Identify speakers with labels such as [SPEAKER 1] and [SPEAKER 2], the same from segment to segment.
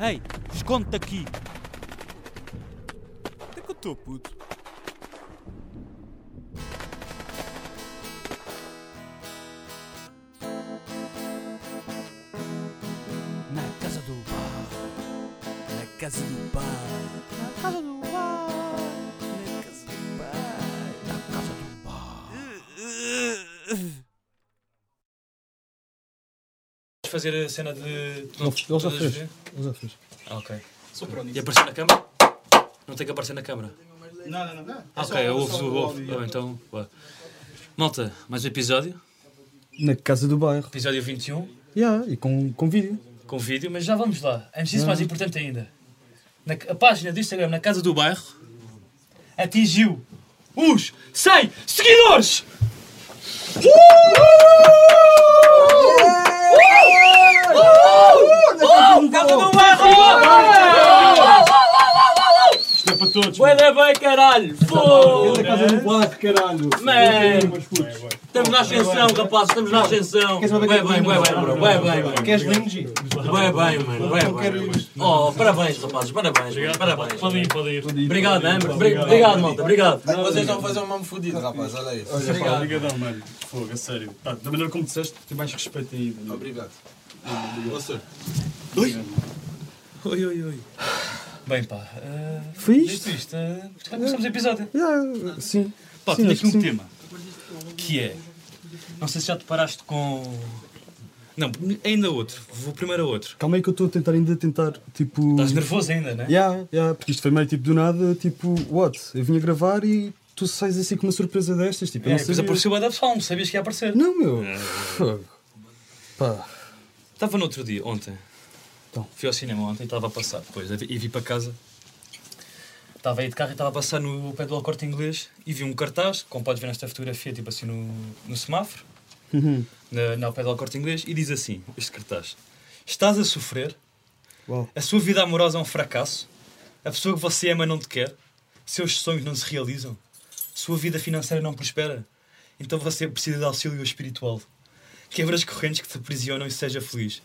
[SPEAKER 1] Ei, esconde-te aqui.
[SPEAKER 2] Onde é que eu estou, puto?
[SPEAKER 1] Na casa do bar.
[SPEAKER 2] Na casa do pai.
[SPEAKER 1] Na casa do bar.
[SPEAKER 2] Na casa do pai.
[SPEAKER 1] Na casa do bar.
[SPEAKER 3] Vais fazer a cena de.
[SPEAKER 4] Ele, ele já
[SPEAKER 3] todas
[SPEAKER 4] fez.
[SPEAKER 3] as vezes?
[SPEAKER 4] Ele já fez.
[SPEAKER 3] Ah, ok. E aparecer na câmara? Não tem que aparecer na câmara.
[SPEAKER 5] Não, não, não.
[SPEAKER 3] Ah, ok, eu ouvo, eu ouvo. Ah, então, vá. Malta, mais um episódio.
[SPEAKER 4] Na casa do bairro.
[SPEAKER 3] Episódio 21,
[SPEAKER 4] Yeah, e com, com vídeo.
[SPEAKER 3] com vídeo, mas já vamos lá. Antes disso, mais importante ainda. Na, a página do Instagram, na Casa do Bairro, atingiu os 100 seguidores!
[SPEAKER 4] Isto é para todos.
[SPEAKER 3] Bué da bem, caralho!
[SPEAKER 4] na casa do bairro, caralho.
[SPEAKER 3] Man.
[SPEAKER 4] Meus putos.
[SPEAKER 3] Estamos na ascensão, rapaz, estamos na ascensão! Bué bem, bué bem, bro, bué bem, mano.
[SPEAKER 5] Queres vinho, G?
[SPEAKER 3] Bué bem, mano, bué bem. Oh, parabéns, rapazes, parabéns, mano, parabéns.
[SPEAKER 6] Podem ir, podem ir.
[SPEAKER 3] Obrigado, né? Obrigado, obrigado, malta, obrigado.
[SPEAKER 2] Vocês estão a fazer um mamo fodido, rapaz, olha isso.
[SPEAKER 6] Obrigado. Obrigadão, mano. Fogo, a sério. Pá, da maneira como disseste, tem mais respeito ainda. mano.
[SPEAKER 2] Obrigado. Ô, senhor.
[SPEAKER 3] Bem, pá,
[SPEAKER 6] é?
[SPEAKER 3] eh,
[SPEAKER 4] Foi isto?
[SPEAKER 3] dito isto, eh, já começamos o episódio.
[SPEAKER 4] Yeah, sim.
[SPEAKER 3] Pá,
[SPEAKER 4] Sim,
[SPEAKER 3] tenho
[SPEAKER 4] acho
[SPEAKER 3] aqui um
[SPEAKER 4] que sim.
[SPEAKER 3] tema que é. Não sei se já te paraste com. Não, ainda outro. Vou primeiro a outro.
[SPEAKER 4] Calma aí que eu estou a tentar ainda tentar, tipo...
[SPEAKER 3] Estás nervoso ainda, né?
[SPEAKER 4] Yeah, yeah, porque isto foi meio tipo do nada, tipo, what? Eu vim a gravar e tu sais assim com uma surpresa destas, tipo,
[SPEAKER 3] É,
[SPEAKER 4] eu não
[SPEAKER 3] depois
[SPEAKER 4] sabia.
[SPEAKER 3] apareceu o pessoal, não sabias que ia aparecer.
[SPEAKER 4] Não, meu.
[SPEAKER 6] É,
[SPEAKER 4] Fogo. Pá.
[SPEAKER 3] Estava no outro dia, ontem.
[SPEAKER 4] Então.
[SPEAKER 3] Fui ao cinema ontem e estava a passar depois. E vi para casa. Estava aí de carro e estava a passar no pé do El Corte Inglês e vi um cartaz, como podes ver nesta fotografia, tipo assim no, no semáforo,
[SPEAKER 4] Uhum.
[SPEAKER 3] na, na ao pé do El Corte Inglês, e diz assim, este cartaz. Estás a sofrer,
[SPEAKER 4] Uau.
[SPEAKER 3] a sua vida amorosa é um fracasso, a pessoa que você ama não te quer, seus sonhos não se realizam, sua vida financeira não prospera, então você precisa de auxílio espiritual. Quebra as correntes que te aprisionam e seja feliz.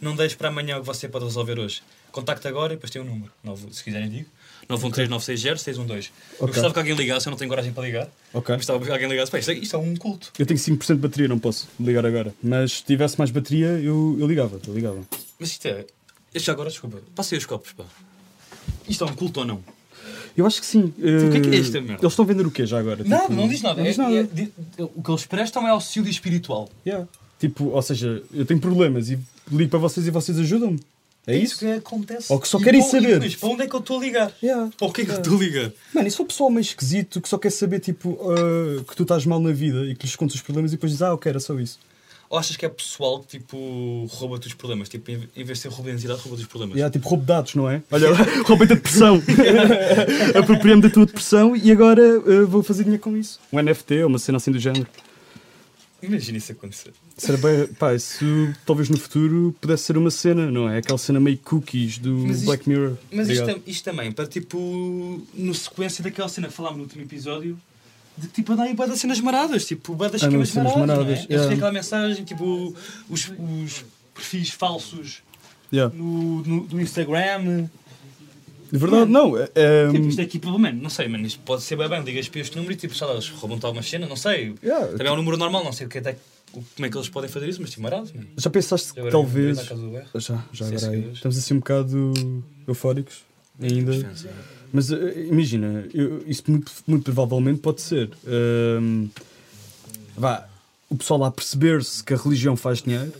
[SPEAKER 3] Não deixe para amanhã o que você pode resolver hoje. Contacte agora e depois tem um número. Nove- se quiserem, digo. 913-960-612. Eu
[SPEAKER 4] Ok.
[SPEAKER 3] gostava que alguém ligasse, eu não tenho coragem para ligar.
[SPEAKER 4] Ok.
[SPEAKER 3] Eu gostava que alguém ligasse. Pá, isto, é, isto é um culto.
[SPEAKER 4] Eu tenho 5% de bateria, não posso ligar agora. Mas se tivesse mais bateria, eu, eu ligava, eu ligava.
[SPEAKER 3] Mas isto é. Isto já agora, desculpa. Passei os copos, pá. Isto é um culto ou não?
[SPEAKER 4] Eu acho que sim.
[SPEAKER 3] o que é que é
[SPEAKER 4] Eh,
[SPEAKER 3] esta merda?
[SPEAKER 4] Eles estão a vender o quê já agora?
[SPEAKER 3] Nada,
[SPEAKER 4] Tipo,
[SPEAKER 3] não diz nada.
[SPEAKER 4] Não diz
[SPEAKER 3] É-
[SPEAKER 4] nada.
[SPEAKER 3] é- di- o que eles prestam é auxílio espiritual.
[SPEAKER 4] Yeah. Tipo, ou seja, eu tenho problemas e ligo para vocês e vocês ajudam-me. É isso?
[SPEAKER 3] que acontece.
[SPEAKER 4] Ou que só
[SPEAKER 3] E
[SPEAKER 4] querem
[SPEAKER 3] para- e
[SPEAKER 4] saber.
[SPEAKER 3] depois, para onde é que eu estou a ligar?
[SPEAKER 4] Yeah.
[SPEAKER 3] Para o que é que eu estou a ligar?
[SPEAKER 4] Mano, e se for pessoal meio esquisito que só quer saber, tipo, ah, que tu estás mal na vida e que lhes contas os problemas e depois diz, ah, ok, era só isso.
[SPEAKER 3] Ou achas que é pessoal que tipo, rouba-te os problemas? Tipo, em em vez de ser roubo de identidade, rouba-te os problemas.
[SPEAKER 4] Yeah, tipo, roubo de dados, não é? Olha, roubei-te a depressão. Apropriei-me da tua depressão e agora ah, vou fazer dinheiro com isso. Um NFT, uma cena assim do género.
[SPEAKER 3] Imagina isso acontecer.
[SPEAKER 4] Será bem, pá, isso talvez no futuro pudesse ser uma cena, não é? Aquela cena meio cookies do
[SPEAKER 3] Mas isto-
[SPEAKER 4] Black Mirror.
[SPEAKER 3] Mas isto,
[SPEAKER 4] Obrigado.
[SPEAKER 3] tam- isto também, para tipo, no sequência daquela cena que falámos no último episódio, de que tipo, andarem bué das cenas maradas, tipo, bué das
[SPEAKER 4] Ah, não,
[SPEAKER 3] esquemas
[SPEAKER 4] cenas
[SPEAKER 3] maradas. não é?
[SPEAKER 4] maradas,
[SPEAKER 3] Eles
[SPEAKER 4] yeah.
[SPEAKER 3] têm aquela mensagem, tipo, os, os perfis falsos
[SPEAKER 4] Yeah.
[SPEAKER 3] no, no, do Instagram.
[SPEAKER 4] De verdade, não. É, é,
[SPEAKER 3] Tipo, isto aqui, pelo menos, não sei, mano, isto pode ser bem bem. Ligas para este número e tipo, sei lá, eles roubam-te alguma cena, não sei.
[SPEAKER 4] Yeah,
[SPEAKER 3] Também é um número normal, não sei o que até, o- como é que eles podem fazer isso, mas tipo, marados, mano.
[SPEAKER 4] hum, já pensaste que
[SPEAKER 3] Agora,
[SPEAKER 4] talvez.
[SPEAKER 3] na casa do Berro.
[SPEAKER 4] Já, já
[SPEAKER 3] Sim,
[SPEAKER 4] agora aí.
[SPEAKER 3] senhores.
[SPEAKER 4] Estamos assim um bocado eufóricos ainda. Mas eh, imagina, eu- isso muito, muito provavelmente pode ser. Ahm, vá, o pessoal a perceber-se que a religião faz dinheiro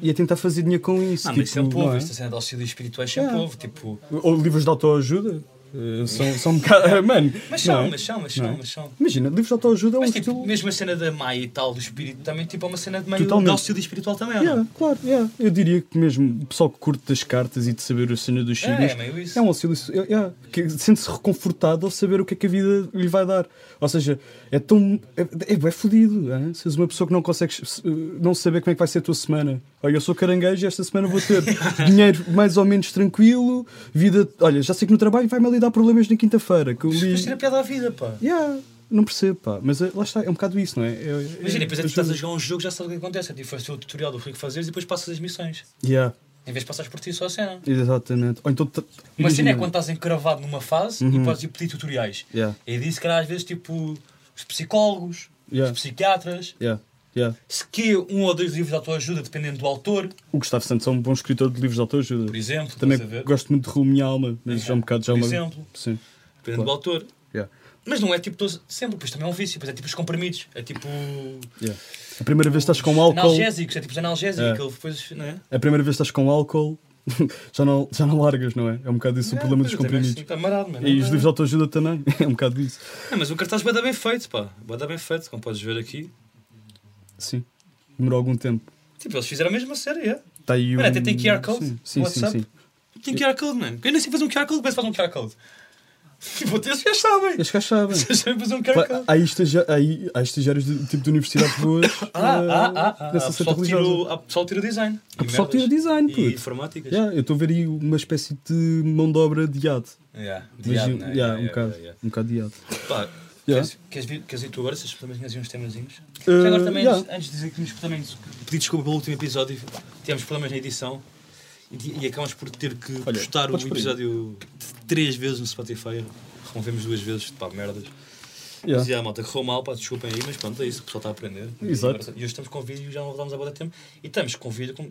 [SPEAKER 4] e a tentar fazer dinheiro com isso.
[SPEAKER 3] Ah, mas isso é um
[SPEAKER 4] tipo,
[SPEAKER 3] povo,
[SPEAKER 4] não é?
[SPEAKER 3] esta cena de auxílios espirituais é um
[SPEAKER 4] Yeah.
[SPEAKER 3] povo, tipo.
[SPEAKER 4] Ou livros de autoajuda? eh, são, são um bocado. Mano,
[SPEAKER 3] Mas
[SPEAKER 4] não
[SPEAKER 3] são,
[SPEAKER 4] é?
[SPEAKER 3] mas são, mas
[SPEAKER 4] Não
[SPEAKER 3] são,
[SPEAKER 4] é?
[SPEAKER 3] mas são.
[SPEAKER 4] Imagina, livros de autoajuda é um
[SPEAKER 3] Mas tipo,
[SPEAKER 4] estilo.
[SPEAKER 3] mesmo a cena da Maia e tal, do espírito também, tipo, é uma cena de meio
[SPEAKER 4] Totalmente.
[SPEAKER 3] de auxílio espiritual também, ou
[SPEAKER 4] Yeah,
[SPEAKER 3] não?
[SPEAKER 4] claro, yeah. eu diria que mesmo o pessoal que curte das cartas e de saber a cena dos
[SPEAKER 3] É,
[SPEAKER 4] signos
[SPEAKER 3] é meio isso.
[SPEAKER 4] é um auxílio. é- yeah, que sente-se reconfortado ao saber o que é que a vida lhe vai dar. Ou seja, é tão. É, é, é fodido. hein? Se és uma pessoa que não consegues eh, não saber como é que vai ser a tua semana. Olha, eu sou caranguejo e esta semana vou ter dinheiro mais ou menos tranquilo, vida. Olha, já sei que no trabalho vai-me ali dar problemas na quinta-feira. Que eu li.
[SPEAKER 3] Mas tira a piada à vida, pá.
[SPEAKER 4] Yeah, não percebo, pá. Mas eh, lá está, é um bocado isso, não é? É- é-
[SPEAKER 3] Imagina, depois é que tu
[SPEAKER 4] ajuda.
[SPEAKER 3] estás a jogar um jogo, já sabes o que acontece. É tipo, faz o tutorial do que fazeres e depois passas as missões.
[SPEAKER 4] Yeah.
[SPEAKER 3] Em vez de passares por ti só a cena.
[SPEAKER 4] Exatamente. Ou então. t-
[SPEAKER 3] Uma cena é
[SPEAKER 4] imagina- Uhum.
[SPEAKER 3] quando estás encravado numa fase e podes tipo, pedir tutoriais.
[SPEAKER 4] Yeah,
[SPEAKER 3] E disse que era às vezes tipo os psicólogos,
[SPEAKER 4] Yeah.
[SPEAKER 3] os psiquiatras,
[SPEAKER 4] yeah, yeah.
[SPEAKER 3] se que um ou dois livros de autoajuda, dependendo do autor,
[SPEAKER 4] O Gustavo Santos é um bom escritor de livros de autoajuda.
[SPEAKER 3] por exemplo.
[SPEAKER 4] Também
[SPEAKER 3] estás a ver?
[SPEAKER 4] gosto muito de Rumo Minha Alma, mas
[SPEAKER 3] Yeah.
[SPEAKER 4] já um bocado já
[SPEAKER 3] Por
[SPEAKER 4] uma.
[SPEAKER 3] exemplo.
[SPEAKER 4] Sim.
[SPEAKER 3] Dependendo do autor.
[SPEAKER 4] Yeah.
[SPEAKER 3] Mas não é tipo todo, sempre, pois também é um vício, pois é tipo os comprimidos, é tipo.
[SPEAKER 4] Yeah. A primeira vez que estás com
[SPEAKER 3] os
[SPEAKER 4] álcool.
[SPEAKER 3] Analgésicos, é tipo os analgésicos,
[SPEAKER 4] É.
[SPEAKER 3] aquele depois, não é?
[SPEAKER 4] A primeira vez que estás com álcool, já não, já não largas, não é? É um bocado isso o problema dos comprimidos.
[SPEAKER 3] Está é marado, mano.
[SPEAKER 4] E os livros de autoajuda também, é um bocado isso.
[SPEAKER 3] É, mas o cartaz vai dar bem feito, pá. Vai dar bem feito, como podes ver aqui.
[SPEAKER 4] Sim. Demorou algum tempo.
[SPEAKER 3] Tipo, eles fizeram a mesma série, é?
[SPEAKER 4] Está aí
[SPEAKER 3] Mano,
[SPEAKER 4] um-
[SPEAKER 3] até tem QR code no
[SPEAKER 4] Sim, sim, sim,
[SPEAKER 3] WhatsApp.
[SPEAKER 4] sim.
[SPEAKER 3] Tem QR Code, mano. Eu nem sei fazer um QR Code, como é que se faz um QR Code? Tipo, vocês já sabem.
[SPEAKER 4] Eles cá sabem.
[SPEAKER 3] Vocês sabem fazer um QR
[SPEAKER 4] Pá,
[SPEAKER 3] Code.
[SPEAKER 4] Há, estagia- há aí- há estagiários do tipo de universidade boas
[SPEAKER 3] Ah,
[SPEAKER 4] eh,
[SPEAKER 3] ah, ah, ah.
[SPEAKER 4] nessa
[SPEAKER 3] Há
[SPEAKER 4] seita
[SPEAKER 3] pessoal que tira
[SPEAKER 4] religiosa.
[SPEAKER 3] o- há pessoal que tira o design.
[SPEAKER 4] Há pessoal que tira
[SPEAKER 3] merdas.
[SPEAKER 4] design,
[SPEAKER 3] E
[SPEAKER 4] puto.
[SPEAKER 3] informáticas.
[SPEAKER 4] Yeah, eu estou a ver aí uma espécie de mão de obra de iate.
[SPEAKER 3] Yeah, de
[SPEAKER 4] Mas,
[SPEAKER 3] lado,
[SPEAKER 4] yeah,
[SPEAKER 3] né?
[SPEAKER 4] um bocado.
[SPEAKER 3] yeah, yeah.
[SPEAKER 4] Um bocado de iate.
[SPEAKER 3] Pá,
[SPEAKER 4] Yeah.
[SPEAKER 3] queres- Queres vir- queres ir tu agora? Se também tinhas aí uns temazinhos.
[SPEAKER 4] Eh,
[SPEAKER 3] Já agora também,
[SPEAKER 4] yeah.
[SPEAKER 3] antes, antes de dizer que nos também pedi desculpa pelo último episódio, tivemos problemas na edição e, e acabamos por ter que
[SPEAKER 4] Olha,
[SPEAKER 3] postar o
[SPEAKER 4] podes por aí.
[SPEAKER 3] episódio três vezes no Spotify. Removemos duas vezes, pá, merdas.
[SPEAKER 4] Yeah.
[SPEAKER 3] Mas, yeah, malta, correu mal, pá, desculpem aí, mas pronto, é isso, o pessoal está a aprender.
[SPEAKER 4] Exato.
[SPEAKER 3] E agora- e hoje estamos com vídeo, já não voltámos a boa tempo. E estamos com vídeo com.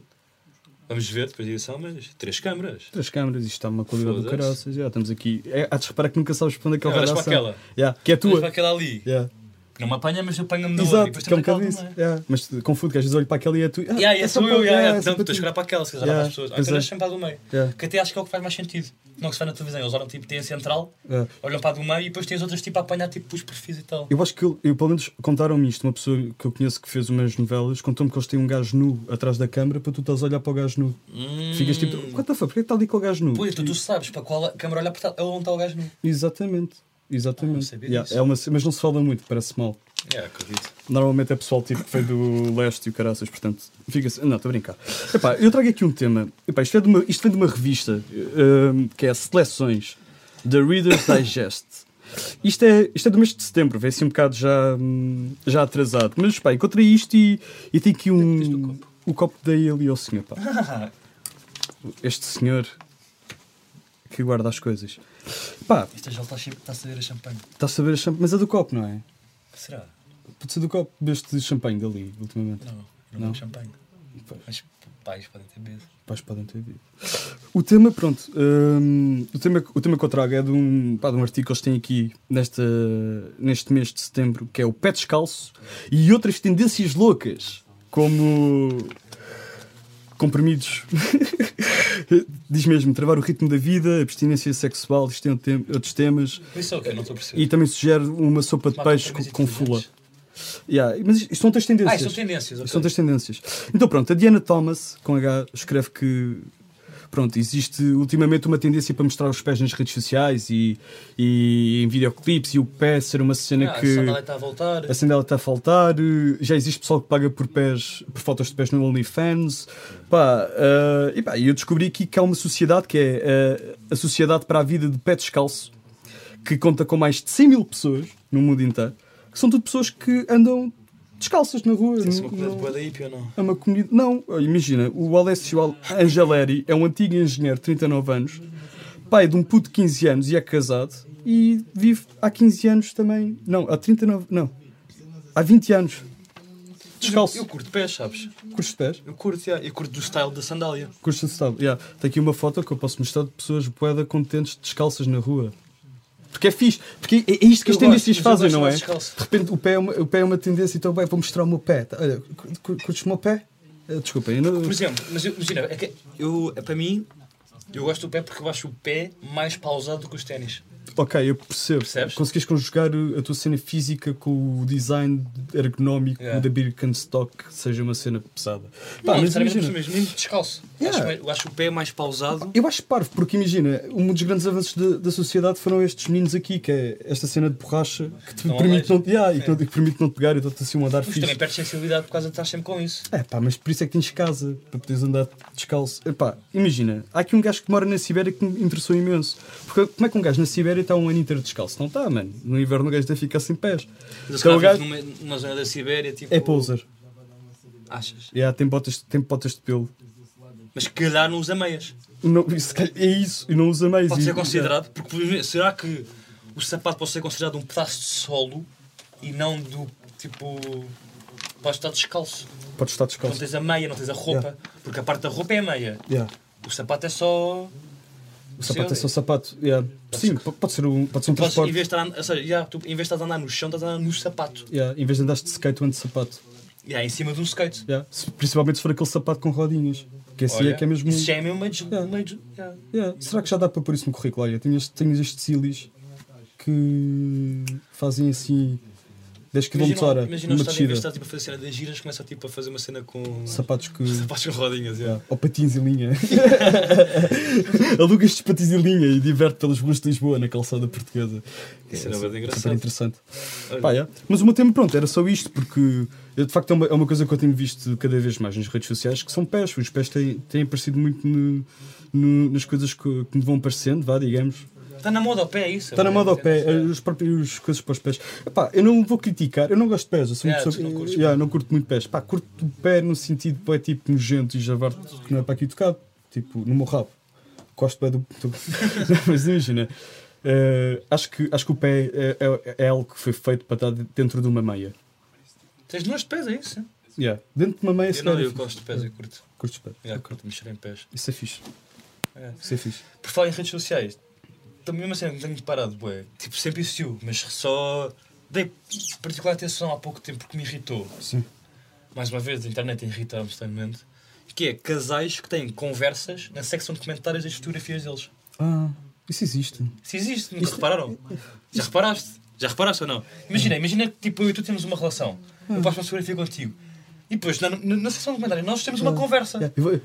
[SPEAKER 3] Vamos ver depois da edição, mas três câmaras.
[SPEAKER 4] Três câmaras, isto está uma qualidade do
[SPEAKER 3] Foda-se.
[SPEAKER 4] caraças. Yeah, estamos aqui. É, há de reparar que nunca sabes para onde é que ele vai
[SPEAKER 3] Olhas
[SPEAKER 4] dar
[SPEAKER 3] para
[SPEAKER 4] ação.
[SPEAKER 3] aquela.
[SPEAKER 4] Yeah, que é
[SPEAKER 3] Olhas para
[SPEAKER 4] tua.
[SPEAKER 3] aquela ali.
[SPEAKER 4] Yeah.
[SPEAKER 3] Que não me apanha, mas apanha-me na outra. e
[SPEAKER 4] Exato,
[SPEAKER 3] depois
[SPEAKER 4] que é um
[SPEAKER 3] também
[SPEAKER 4] bocado
[SPEAKER 3] calma,
[SPEAKER 4] isso.
[SPEAKER 3] não é?
[SPEAKER 4] Yeah. Mas te- confundo que às vezes olho para aquela e é tu. Ah,
[SPEAKER 3] Yeah, yeah,
[SPEAKER 4] essa
[SPEAKER 3] sou
[SPEAKER 4] para-
[SPEAKER 3] eu, yeah, yeah.
[SPEAKER 4] essa é
[SPEAKER 3] Não,
[SPEAKER 4] para
[SPEAKER 3] tu
[SPEAKER 4] ti.
[SPEAKER 3] escolher para aquela, se calhar
[SPEAKER 4] Yeah,
[SPEAKER 3] para as pessoas. Ou
[SPEAKER 4] pois
[SPEAKER 3] então
[SPEAKER 4] é.
[SPEAKER 3] deixa-me para a do meio.
[SPEAKER 4] Yeah.
[SPEAKER 3] Que até acho que é o que faz mais sentido. Não que se vai na televisão. Eles olham, tipo, têm a central,
[SPEAKER 4] Yeah.
[SPEAKER 3] olham para a do meio e depois têm as outras, tipo, a apanhar, tipo, os perfis e tal.
[SPEAKER 4] Eu acho que ele- eu, pelo menos contaram-me isto. Uma pessoa que eu conheço que fez umas novelas contou-me que eles têm um gajo nu atrás da câmara para tu estás a olhar para o gajo nu. Ficas tipo, what the fuck, porquê que está ali com o gajo nu?
[SPEAKER 3] Hum. Pois, tu, tu sabes para qual a câmera olhar, porque é onde está o gajo nu.
[SPEAKER 4] Exatamente.
[SPEAKER 3] Ah, não
[SPEAKER 4] Exatamente.
[SPEAKER 3] sabia
[SPEAKER 4] Yeah,
[SPEAKER 3] disso.
[SPEAKER 4] é uma, ce- mas não se fala muito, parece mal.
[SPEAKER 3] É, acredito.
[SPEAKER 4] Normalmente é pessoal tipo que veio do leste e o caraças, portanto, fica-se. Não, estou a brincar. Epá, eu trago aqui um tema. Epá, isto, é de uma, isto vem de uma revista eh, que é Seleções, The Reader's Digest. Isto é, isto é do mês de setembro, vem assim um bocado já, hum, já atrasado. Mas pá, encontrei isto e, e tem aqui um. O copo dei ali ao senhor, pá. Este senhor que guarda as coisas. Pá,
[SPEAKER 3] Isto já está cheio, está a saber a champanhe.
[SPEAKER 4] está a saber a champanhe, mas é do copo, não é?
[SPEAKER 3] Será?
[SPEAKER 4] Pode ser do copo, deste champanhe dali, ultimamente.
[SPEAKER 3] Não, eu não,
[SPEAKER 4] Não.
[SPEAKER 3] bebo champanhe. Mas pais podem ter bebido.
[SPEAKER 4] Pais podem ter dito. O tema, pronto, hum, o, tema, o tema que eu trago é de um, pá, de um artigo que eles têm aqui nesta, neste mês de setembro, que é o pé descalço e outras tendências loucas, como comprimidos. Diz mesmo, travar o ritmo da vida, abstinência sexual, isto tem um tem- outros temas.
[SPEAKER 3] Isso é o que eu não estou a perceber.
[SPEAKER 4] E também sugere uma sopa de
[SPEAKER 3] Tomar
[SPEAKER 4] peixe com,
[SPEAKER 3] comprimidos
[SPEAKER 4] com fula.
[SPEAKER 3] inteligentes.
[SPEAKER 4] Yeah, mas isto são outras tendências.
[SPEAKER 3] Ah, isto são tendências. ok.
[SPEAKER 4] São das tendências. Então, pronto, a Diana Thomas, com H, escreve que. Pronto, existe ultimamente uma tendência para mostrar os pés nas redes sociais e, e em videoclipes e o pé ser uma cena
[SPEAKER 3] Ah, a
[SPEAKER 4] que
[SPEAKER 3] sandália está a voltar.
[SPEAKER 4] a cena dela está a faltar. eh, Já existe pessoal que paga por pés, por fotos de pés no OnlyFans. Pá, eh, e pá, eu descobri aqui que há uma sociedade que é eh, a Sociedade para a Vida de Pé Descalço, que conta com mais de 100 mil pessoas no mundo inteiro, que são tudo pessoas que andam descalças na rua.
[SPEAKER 3] Tem-se
[SPEAKER 4] não-
[SPEAKER 3] uma comida de
[SPEAKER 4] não-
[SPEAKER 3] boa da hippie ou não?
[SPEAKER 4] é uma comunidade. Não, olha, imagina, o Alessio Al- Angeleri é um antigo engenheiro de 39 anos, pai de um puto de 15 anos e é casado e vive há 15 anos também. Não, há 39. Não, há 20 anos. Descalço.
[SPEAKER 3] Eu curto pés, sabes?
[SPEAKER 4] Curso de pés.
[SPEAKER 3] Eu curto, yeah. eu curto do style da sandália.
[SPEAKER 4] Curso de estado. Yeah. Tem aqui uma foto que eu posso mostrar de pessoas boeda contentes descalças na rua. Porque é fixe, porque é é isto que
[SPEAKER 3] Eu
[SPEAKER 4] as tendências
[SPEAKER 3] gosto, mas eu
[SPEAKER 4] fazem,
[SPEAKER 3] gosto
[SPEAKER 4] não é?
[SPEAKER 3] mais descalço.
[SPEAKER 4] De repente o pé é uma, o pé é uma tendência, então bem, vou mostrar o meu pé. Tá, Olha, cu- cu- curtes o meu pé? Eh, Desculpa, eu não.
[SPEAKER 3] Por exemplo, mas eu- imagina, é que eu, é para mim, eu gosto do pé porque eu acho o pé mais pausado do que os ténis.
[SPEAKER 4] Ok, eu percebo.
[SPEAKER 3] Percebes?
[SPEAKER 4] Conseguiste conjugar a tua cena física com o design ergonómico
[SPEAKER 3] Yeah.
[SPEAKER 4] da Birkenstock, que seja uma cena pesada.
[SPEAKER 3] não,
[SPEAKER 4] Pá, mas
[SPEAKER 3] necessariamente
[SPEAKER 4] imagina,
[SPEAKER 3] mesmo, mesmo descalço.
[SPEAKER 4] Yeah.
[SPEAKER 3] Acho- eu acho o pé mais pausado.
[SPEAKER 4] eu acho parvo, porque imagina, um dos grandes avanços da, da sociedade foram estes meninos aqui, que é esta cena de borracha que te
[SPEAKER 3] Não
[SPEAKER 4] permite
[SPEAKER 3] aleja.
[SPEAKER 4] não, yeah, e que não- que permite não te pegar e dá-te assim um andar
[SPEAKER 3] Mas também
[SPEAKER 4] fixe.
[SPEAKER 3] perdes sensibilidade por causa de estar sempre com isso.
[SPEAKER 4] É pá, mas por isso é que tens casa, para poderes andar descalço. É pá, imagina, há aqui um gajo que mora na Sibéria que me interessou imenso. Porque como é que um gajo na Sibéria está um ano inteiro descalço? Não está, mano. No inverno o gajo deve ficar sem pés.
[SPEAKER 3] Mas
[SPEAKER 4] Então
[SPEAKER 3] então,
[SPEAKER 4] o gajo
[SPEAKER 3] numa, numa zona da Sibéria, tipo.
[SPEAKER 4] é poser.
[SPEAKER 3] Achas?
[SPEAKER 4] Yeah, tem, botas, tem botas de pelo.
[SPEAKER 3] Mas se calhar não usa meias.
[SPEAKER 4] Não, isso, se calhar é isso, e não usa mais.
[SPEAKER 3] Pode
[SPEAKER 4] e-
[SPEAKER 3] ser considerado, porque por exemplo, será que o sapato pode ser considerado um pedaço de solo e não do tipo. Pode estar descalço.
[SPEAKER 4] Pode estar
[SPEAKER 3] Não
[SPEAKER 4] descalço.
[SPEAKER 3] tens a meia, não tens a roupa. Porque a parte da roupa é a meia.
[SPEAKER 4] Yeah.
[SPEAKER 3] O sapato é só.
[SPEAKER 4] O sapato é só sapato. yeah. Sim, po- pode ser um, pode ser um
[SPEAKER 3] Tu Então podes, em
[SPEAKER 4] transporte.
[SPEAKER 3] vez de estar, a- ou seja, yeah, tu, em vez de estás a andar no chão, estás a andar no sapato.
[SPEAKER 4] Yeah, Em vez de andares de skate, tu andas de sapato.
[SPEAKER 3] Yeah, em cima de um skate.
[SPEAKER 4] Yeah. Se- Principalmente se for aquele sapato com rodinhas. Que esse aí
[SPEAKER 3] Olha,
[SPEAKER 4] é que é mesmo.
[SPEAKER 3] Isso já é mesmo meio. des-
[SPEAKER 4] Yeah.
[SPEAKER 3] meio des- yeah.
[SPEAKER 4] Yeah. Será que já dá para pôr isso no currículo? Olha, tenhas, tenhas estes cílios que fazem assim 10 km
[SPEAKER 3] Imagina, um,
[SPEAKER 4] hora
[SPEAKER 3] imagina o estado,
[SPEAKER 4] numa
[SPEAKER 3] em vez de
[SPEAKER 4] descida.
[SPEAKER 3] estar tipo, a fazer cena das giras, começa tipo, a fazer uma cena com.
[SPEAKER 4] Sapatos que.
[SPEAKER 3] Sapatos com rodinhas. Yeah.
[SPEAKER 4] Yeah. Ou patins em linha. Aluga estes patins em linha e diverte pelas ruas de Lisboa na calçada portuguesa.
[SPEAKER 3] Isso era bem
[SPEAKER 4] Super
[SPEAKER 3] engraçado.
[SPEAKER 4] interessante.
[SPEAKER 3] Olha.
[SPEAKER 4] Pá, yeah. Mas o meu tema, pronto, era só isto, porque eu, de facto é uma, é uma coisa que eu tenho visto cada vez mais nas redes sociais, que são pés. Os pés têm, têm aparecido muito no- no- nas coisas que, que me vão aparecendo, vá, digamos.
[SPEAKER 3] Está Tá na moda ao pé, é isso.
[SPEAKER 4] Está Tá na moda ao pé,
[SPEAKER 3] Yeah.
[SPEAKER 4] os próprios os coisas para os pés. Epá, eu não vou criticar, eu não gosto de pés, eu sou uma
[SPEAKER 3] Yeah,
[SPEAKER 4] pessoa
[SPEAKER 3] É, tu não
[SPEAKER 4] que-
[SPEAKER 3] curtes
[SPEAKER 4] yeah, não curto muito pés. Pá, curto o pé no sentido pé tipo nojento e javarte que não é para aqui tocado, tipo no meu rabo. Gosto bem do. do- Não, Mas imagina, eh, acho, que, acho que o pé é, é- é algo que foi feito para estar dentro de uma meia.
[SPEAKER 3] Tens nós de pés, é isso?
[SPEAKER 4] Yeah. Dentro de uma meia,
[SPEAKER 3] Eu não,
[SPEAKER 4] calhar, é
[SPEAKER 3] eu
[SPEAKER 4] fixe.
[SPEAKER 3] gosto de pés, eu curto.
[SPEAKER 4] Curto os pés.
[SPEAKER 3] Yeah, curto mexer em pés.
[SPEAKER 4] Isso é fixe.
[SPEAKER 3] É.
[SPEAKER 4] Isso é fixe.
[SPEAKER 3] Por falar em redes sociais, então, também uma cena que tenho parado, bué. Tipo, sempre existiu, mas só dei particular atenção há pouco tempo porque me irritou.
[SPEAKER 4] Sim.
[SPEAKER 3] Mais uma vez, a internet irrita constantemente. Que é casais que têm conversas na secção de comentários das fotografias deles.
[SPEAKER 4] Ah, isso existe.
[SPEAKER 3] Se existe, nunca repararam? Já reparaste? Já reparaste ou não? Imagina, imagina que tipo, eu e tu temos uma relação. Eu faço uma fotografia contigo. E depois, na, na, na secção de comentários, nós temos uma conversa.
[SPEAKER 4] Yeah, eu vou- eh,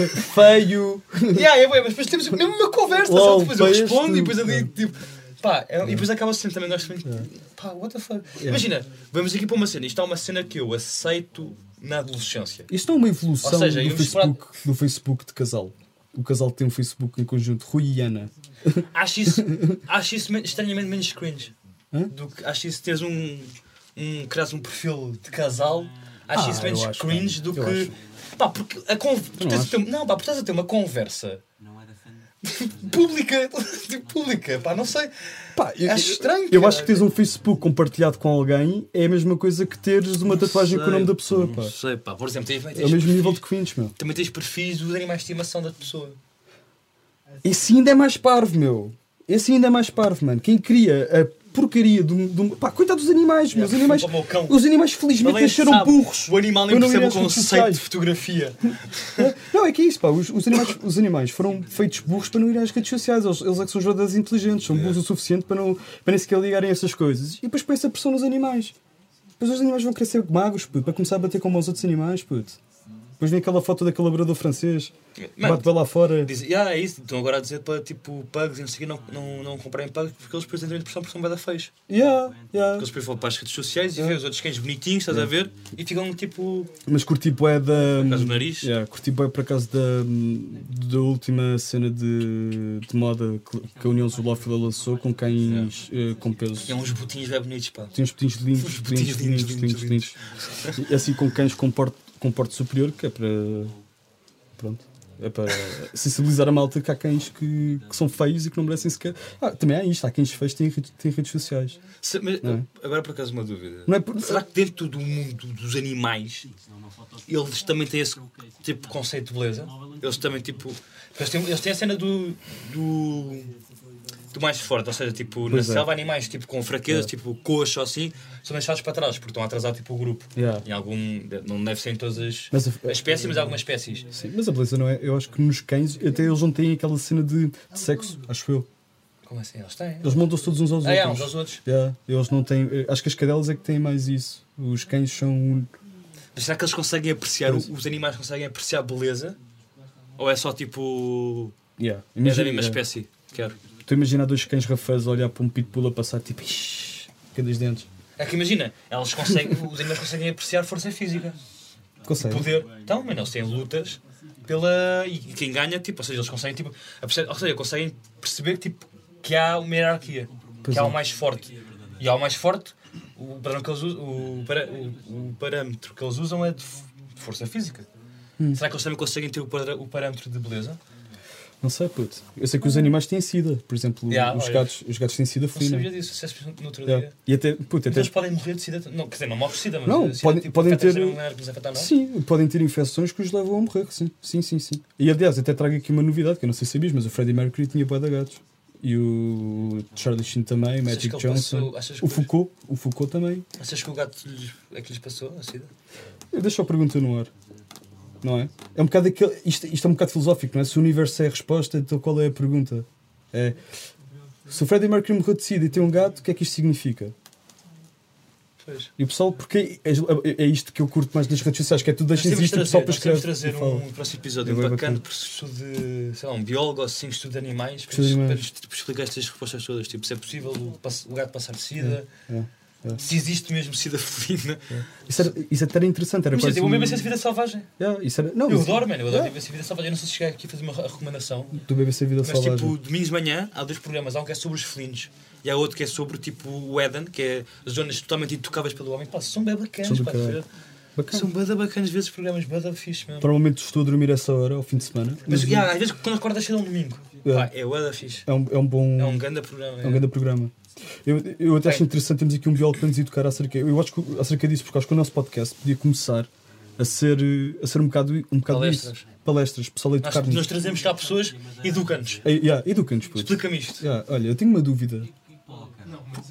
[SPEAKER 4] eh, Feio!
[SPEAKER 3] Yeah, é bué, mas depois temos mesmo uma conversa,
[SPEAKER 4] Lol,
[SPEAKER 3] sabe? depois eu
[SPEAKER 4] foi
[SPEAKER 3] respondo
[SPEAKER 4] este-
[SPEAKER 3] e depois ali, tipo, pá, é- e depois acaba sendo também, gosto muito,
[SPEAKER 4] É.
[SPEAKER 3] pá, what the fuck. Imagina, vamos aqui para uma cena, isto é uma cena que eu aceito na adolescência.
[SPEAKER 4] Isto é uma evolução
[SPEAKER 3] Ou seja,
[SPEAKER 4] do,
[SPEAKER 3] eu esperava-
[SPEAKER 4] Facebook, do Facebook de casal. O casal tem um Facebook em conjunto, Rui e Ana.
[SPEAKER 3] Acho isso, acho isso men- estranhamente menos cringe. Do que, acho isso teres um, um, criares um perfil de casal, acho
[SPEAKER 4] Ah,
[SPEAKER 3] isso
[SPEAKER 4] eu
[SPEAKER 3] menos
[SPEAKER 4] acho,
[SPEAKER 3] cringe
[SPEAKER 4] mano,
[SPEAKER 3] do
[SPEAKER 4] eu
[SPEAKER 3] que, pá, porque a con- tu tens de ter- não, pá, porque estás a ter uma conversa. pública, tipo, pública, pá, não sei.
[SPEAKER 4] Pá, eu,
[SPEAKER 3] Acho estranho,
[SPEAKER 4] Eu
[SPEAKER 3] caralho.
[SPEAKER 4] acho que teres um Facebook compartilhado com alguém é a mesma coisa que teres uma tatuagem com o nome da pessoa. Pá.
[SPEAKER 3] Não sei, pá, por exemplo, tens,
[SPEAKER 4] É o mesmo nível de cringe, meu.
[SPEAKER 3] Também tens perfis dos animais de estimação da pessoa.
[SPEAKER 4] Esse ainda é mais parvo, meu. Esse ainda é mais parvo, mano. Quem cria a porcaria do. do... um- Pá, coitado dos animais, meus. Os animais,
[SPEAKER 3] como o cão.
[SPEAKER 4] os animais felizmente
[SPEAKER 3] Além de
[SPEAKER 4] nasceram
[SPEAKER 3] sabe,
[SPEAKER 4] burros.
[SPEAKER 3] O animal nem
[SPEAKER 4] Eu não
[SPEAKER 3] percebe
[SPEAKER 4] iria
[SPEAKER 3] o
[SPEAKER 4] às redes
[SPEAKER 3] conceito
[SPEAKER 4] sociais.
[SPEAKER 3] de fotografia.
[SPEAKER 4] Não, é que é isso, pá. Os, os animais, os animais foram feitos burros para não ir às redes sociais. Eles, eles é que são jogadas inteligentes, são burros o suficiente para, não, para nem sequer ligarem a essas coisas. E depois põe essa pressão nos animais. Depois os animais vão crescer magos, puto, para começar a bater como os outros animais, puto. Depois vem aquela foto daquele labrador francês,
[SPEAKER 3] Mano,
[SPEAKER 4] bate bem lá fora.
[SPEAKER 3] Diz, ah, é isso. Estão agora a dizer para tipo pugs e não sei o quê, não, não, não comprarem pugs porque eles depois entram em depressão porque são bada feios.
[SPEAKER 4] Yeah, yeah.
[SPEAKER 3] Eles depois vão para as redes sociais e vêem os outros cães bonitinhos, estás a ver? E ficam tipo.
[SPEAKER 4] Mas curti bué da.
[SPEAKER 3] acaso do nariz?
[SPEAKER 4] Yeah, curti bué por acaso da, da última cena de, de moda que, que a União Zoolófila lançou com cães eh, com peso.
[SPEAKER 3] É uns botinhos bem bonitos, pá.
[SPEAKER 4] Tem uns petinhos lindos,
[SPEAKER 3] Uns
[SPEAKER 4] petinhos
[SPEAKER 3] petinhos
[SPEAKER 4] lindos,
[SPEAKER 3] lindos,
[SPEAKER 4] lindos, lindos. E Assim com cães com porte, com porte superior, que é para. Pronto. É para sensibilizar a malta que há cães que, que são feios e que não merecem sequer. Ah, também há isto, há cães feios que têm, rede- têm redes sociais.
[SPEAKER 3] Se- mas,
[SPEAKER 4] Não
[SPEAKER 3] Agora por acaso uma dúvida.
[SPEAKER 4] Não é por-
[SPEAKER 3] Será que dentro do mundo dos animais eles também têm esse tipo de conceito de beleza? Eles também tipo. Eles têm, eles têm a cena do. do. do mais forte, ou seja, tipo,
[SPEAKER 4] Pois
[SPEAKER 3] na
[SPEAKER 4] é.
[SPEAKER 3] selva animais tipo com fraquezas, tipo coxa ou assim, são deixados para trás, porque estão a atrasar tipo o grupo.
[SPEAKER 4] Yeah.
[SPEAKER 3] Em algum. Não deve ser em todas as,
[SPEAKER 4] Mas é. a-
[SPEAKER 3] as espécies, mas algumas espécies.
[SPEAKER 4] Sim, mas a beleza não é. Eu acho que nos cães até eles não têm aquela cena de, de sexo, acho eu.
[SPEAKER 3] Como assim? Eles têm.
[SPEAKER 4] Eles montam-se todos uns aos
[SPEAKER 3] Ah, é, uns
[SPEAKER 4] outros.
[SPEAKER 3] aos outros.
[SPEAKER 4] Yeah, eles não têm. eh, Acho que as cadelas é que têm mais isso. Os cães são.
[SPEAKER 3] Mas será que eles conseguem apreciar, os animais conseguem apreciar a beleza? Ou é só tipo.
[SPEAKER 4] Yeah.
[SPEAKER 3] É da mesma
[SPEAKER 4] yeah.
[SPEAKER 3] espécie, quero.
[SPEAKER 4] Estou a imaginar dois cães rafazes a olhar para um pitbull a passar tipo. "Ixi", Com dois dentes.
[SPEAKER 3] É que imagina, elas conseguem, os animais conseguem apreciar força física,
[SPEAKER 4] Consegue.
[SPEAKER 3] poder. Então, mas eles têm lutas pela. E quem ganha, tipo, ou seja, eles conseguem, tipo, apreciar- ou seja, conseguem perceber tipo, que há uma hierarquia, que
[SPEAKER 4] é.
[SPEAKER 3] há o mais forte. E há o mais forte, o, padrão que eles usam, o, para- o- o parâmetro que eles usam é de, f- de força física.
[SPEAKER 4] Hum.
[SPEAKER 3] Será que eles também conseguem ter o, padra- o parâmetro de beleza?
[SPEAKER 4] Não sei, puto. Eu sei que os animais têm sida. Por exemplo,
[SPEAKER 3] Yeah,
[SPEAKER 4] os,
[SPEAKER 3] olha.
[SPEAKER 4] gatos, os gatos têm sida
[SPEAKER 3] Não sabia
[SPEAKER 4] felina.
[SPEAKER 3] disso, se és no outro
[SPEAKER 4] Yeah.
[SPEAKER 3] dia.
[SPEAKER 4] E até, puto,
[SPEAKER 3] Então
[SPEAKER 4] até
[SPEAKER 3] eles podem morrer de sida. Não, quer dizer, não morre de sida, mas
[SPEAKER 4] Não,
[SPEAKER 3] de sida,
[SPEAKER 4] podem- podem
[SPEAKER 3] infectas
[SPEAKER 4] ter-
[SPEAKER 3] não é que nos afeta a nós.
[SPEAKER 4] Sim, podem ter infecções que os levam a morrer, sim. Sim, sim, sim. E aliás, até trago aqui uma novidade que eu não sei se sabias, mas o Freddie Mercury tinha boa de gatos. E o Charlie Sheen também,
[SPEAKER 3] Achas
[SPEAKER 4] Magic
[SPEAKER 3] que ele
[SPEAKER 4] Johnson.
[SPEAKER 3] passou- achas que
[SPEAKER 4] O
[SPEAKER 3] ele-
[SPEAKER 4] Foucault, o Foucault também.
[SPEAKER 3] Achas que o gato lhes- é que lhes passou a sida?
[SPEAKER 4] Deixa eu perguntar no ar. Não é? É um bocado aquele. Isto, isto é um bocado filosófico, não é? Se o universo é a resposta, então qual é a pergunta? É. Se o Freddie Mercury morreu de sida e tem um gato, o que é que isto significa?
[SPEAKER 3] Pois.
[SPEAKER 4] E o pessoal, porque é, é isto que eu curto mais nas redes sociais, que é tudo
[SPEAKER 3] Nós
[SPEAKER 4] deixem
[SPEAKER 3] temos de
[SPEAKER 4] isto e o
[SPEAKER 3] trazer,
[SPEAKER 4] pessoal
[SPEAKER 3] nós
[SPEAKER 4] depois
[SPEAKER 3] temos de
[SPEAKER 4] escreve.
[SPEAKER 3] trazer
[SPEAKER 4] e fala.
[SPEAKER 3] um próximo episódio
[SPEAKER 4] É bem
[SPEAKER 3] bacana
[SPEAKER 4] bacana.
[SPEAKER 3] para estudo de, sei lá, um biólogo ou assim, estudo de animais, para,
[SPEAKER 4] Estudo de animais.
[SPEAKER 3] para- para explicar estas respostas todas. Tipo, se é possível o, pass- o gato passar de sida,
[SPEAKER 4] é, é.
[SPEAKER 3] se existe mesmo sida felina.
[SPEAKER 4] Isso, era, isso até era interessante,
[SPEAKER 3] um-
[SPEAKER 4] era
[SPEAKER 3] Mas
[SPEAKER 4] quase
[SPEAKER 3] tipo,
[SPEAKER 4] um-
[SPEAKER 3] mesmo assim, vida selvagem.
[SPEAKER 4] Yeah, isso era- não, é.
[SPEAKER 3] Eu
[SPEAKER 4] isso-
[SPEAKER 3] adoro, mano, eu adoro
[SPEAKER 4] Yeah.
[SPEAKER 3] yeah. vida selvagem. Eu não sei se chegar aqui a fazer uma re- recomendação,
[SPEAKER 4] Do BBC Vida
[SPEAKER 3] mas
[SPEAKER 4] Selvagem.
[SPEAKER 3] tipo, domingos de manhã há dois programas. Há um que é sobre os felinos e há outro que é sobre tipo o Éden, que é zonas totalmente intocáveis pelo homem. Pá, são bem bacanas,
[SPEAKER 4] São do
[SPEAKER 3] pá,
[SPEAKER 4] caralho. Bacana.
[SPEAKER 3] São bada bacanas, vezes programas bada fixe mesmo.
[SPEAKER 4] Normalmente estou a dormir essa hora, ao fim de semana.
[SPEAKER 3] Mas yeah, às vezes quando acordas cedo é um domingo.
[SPEAKER 4] É.
[SPEAKER 3] Pá, é o Ada fixe.
[SPEAKER 4] é, um, é um bom.
[SPEAKER 3] É um grande programa.
[SPEAKER 4] é um grande programa. Eu, eu até acho interessante termos aqui um biólogo para nos educar acerca, eu acho que, acerca disso, porque acho que o nosso podcast podia começar a ser, eh, a ser um bocado, um bocado
[SPEAKER 3] Palestras.
[SPEAKER 4] isso. Palestras, pessoal a
[SPEAKER 3] Nós,
[SPEAKER 4] educar-nos.
[SPEAKER 3] nós trazemos cá pessoas, educa-nos.
[SPEAKER 4] Eh, Yeah, Educa-nos, puto.
[SPEAKER 3] Explica-me isto.
[SPEAKER 4] Yeah, olha, eu tenho uma dúvida.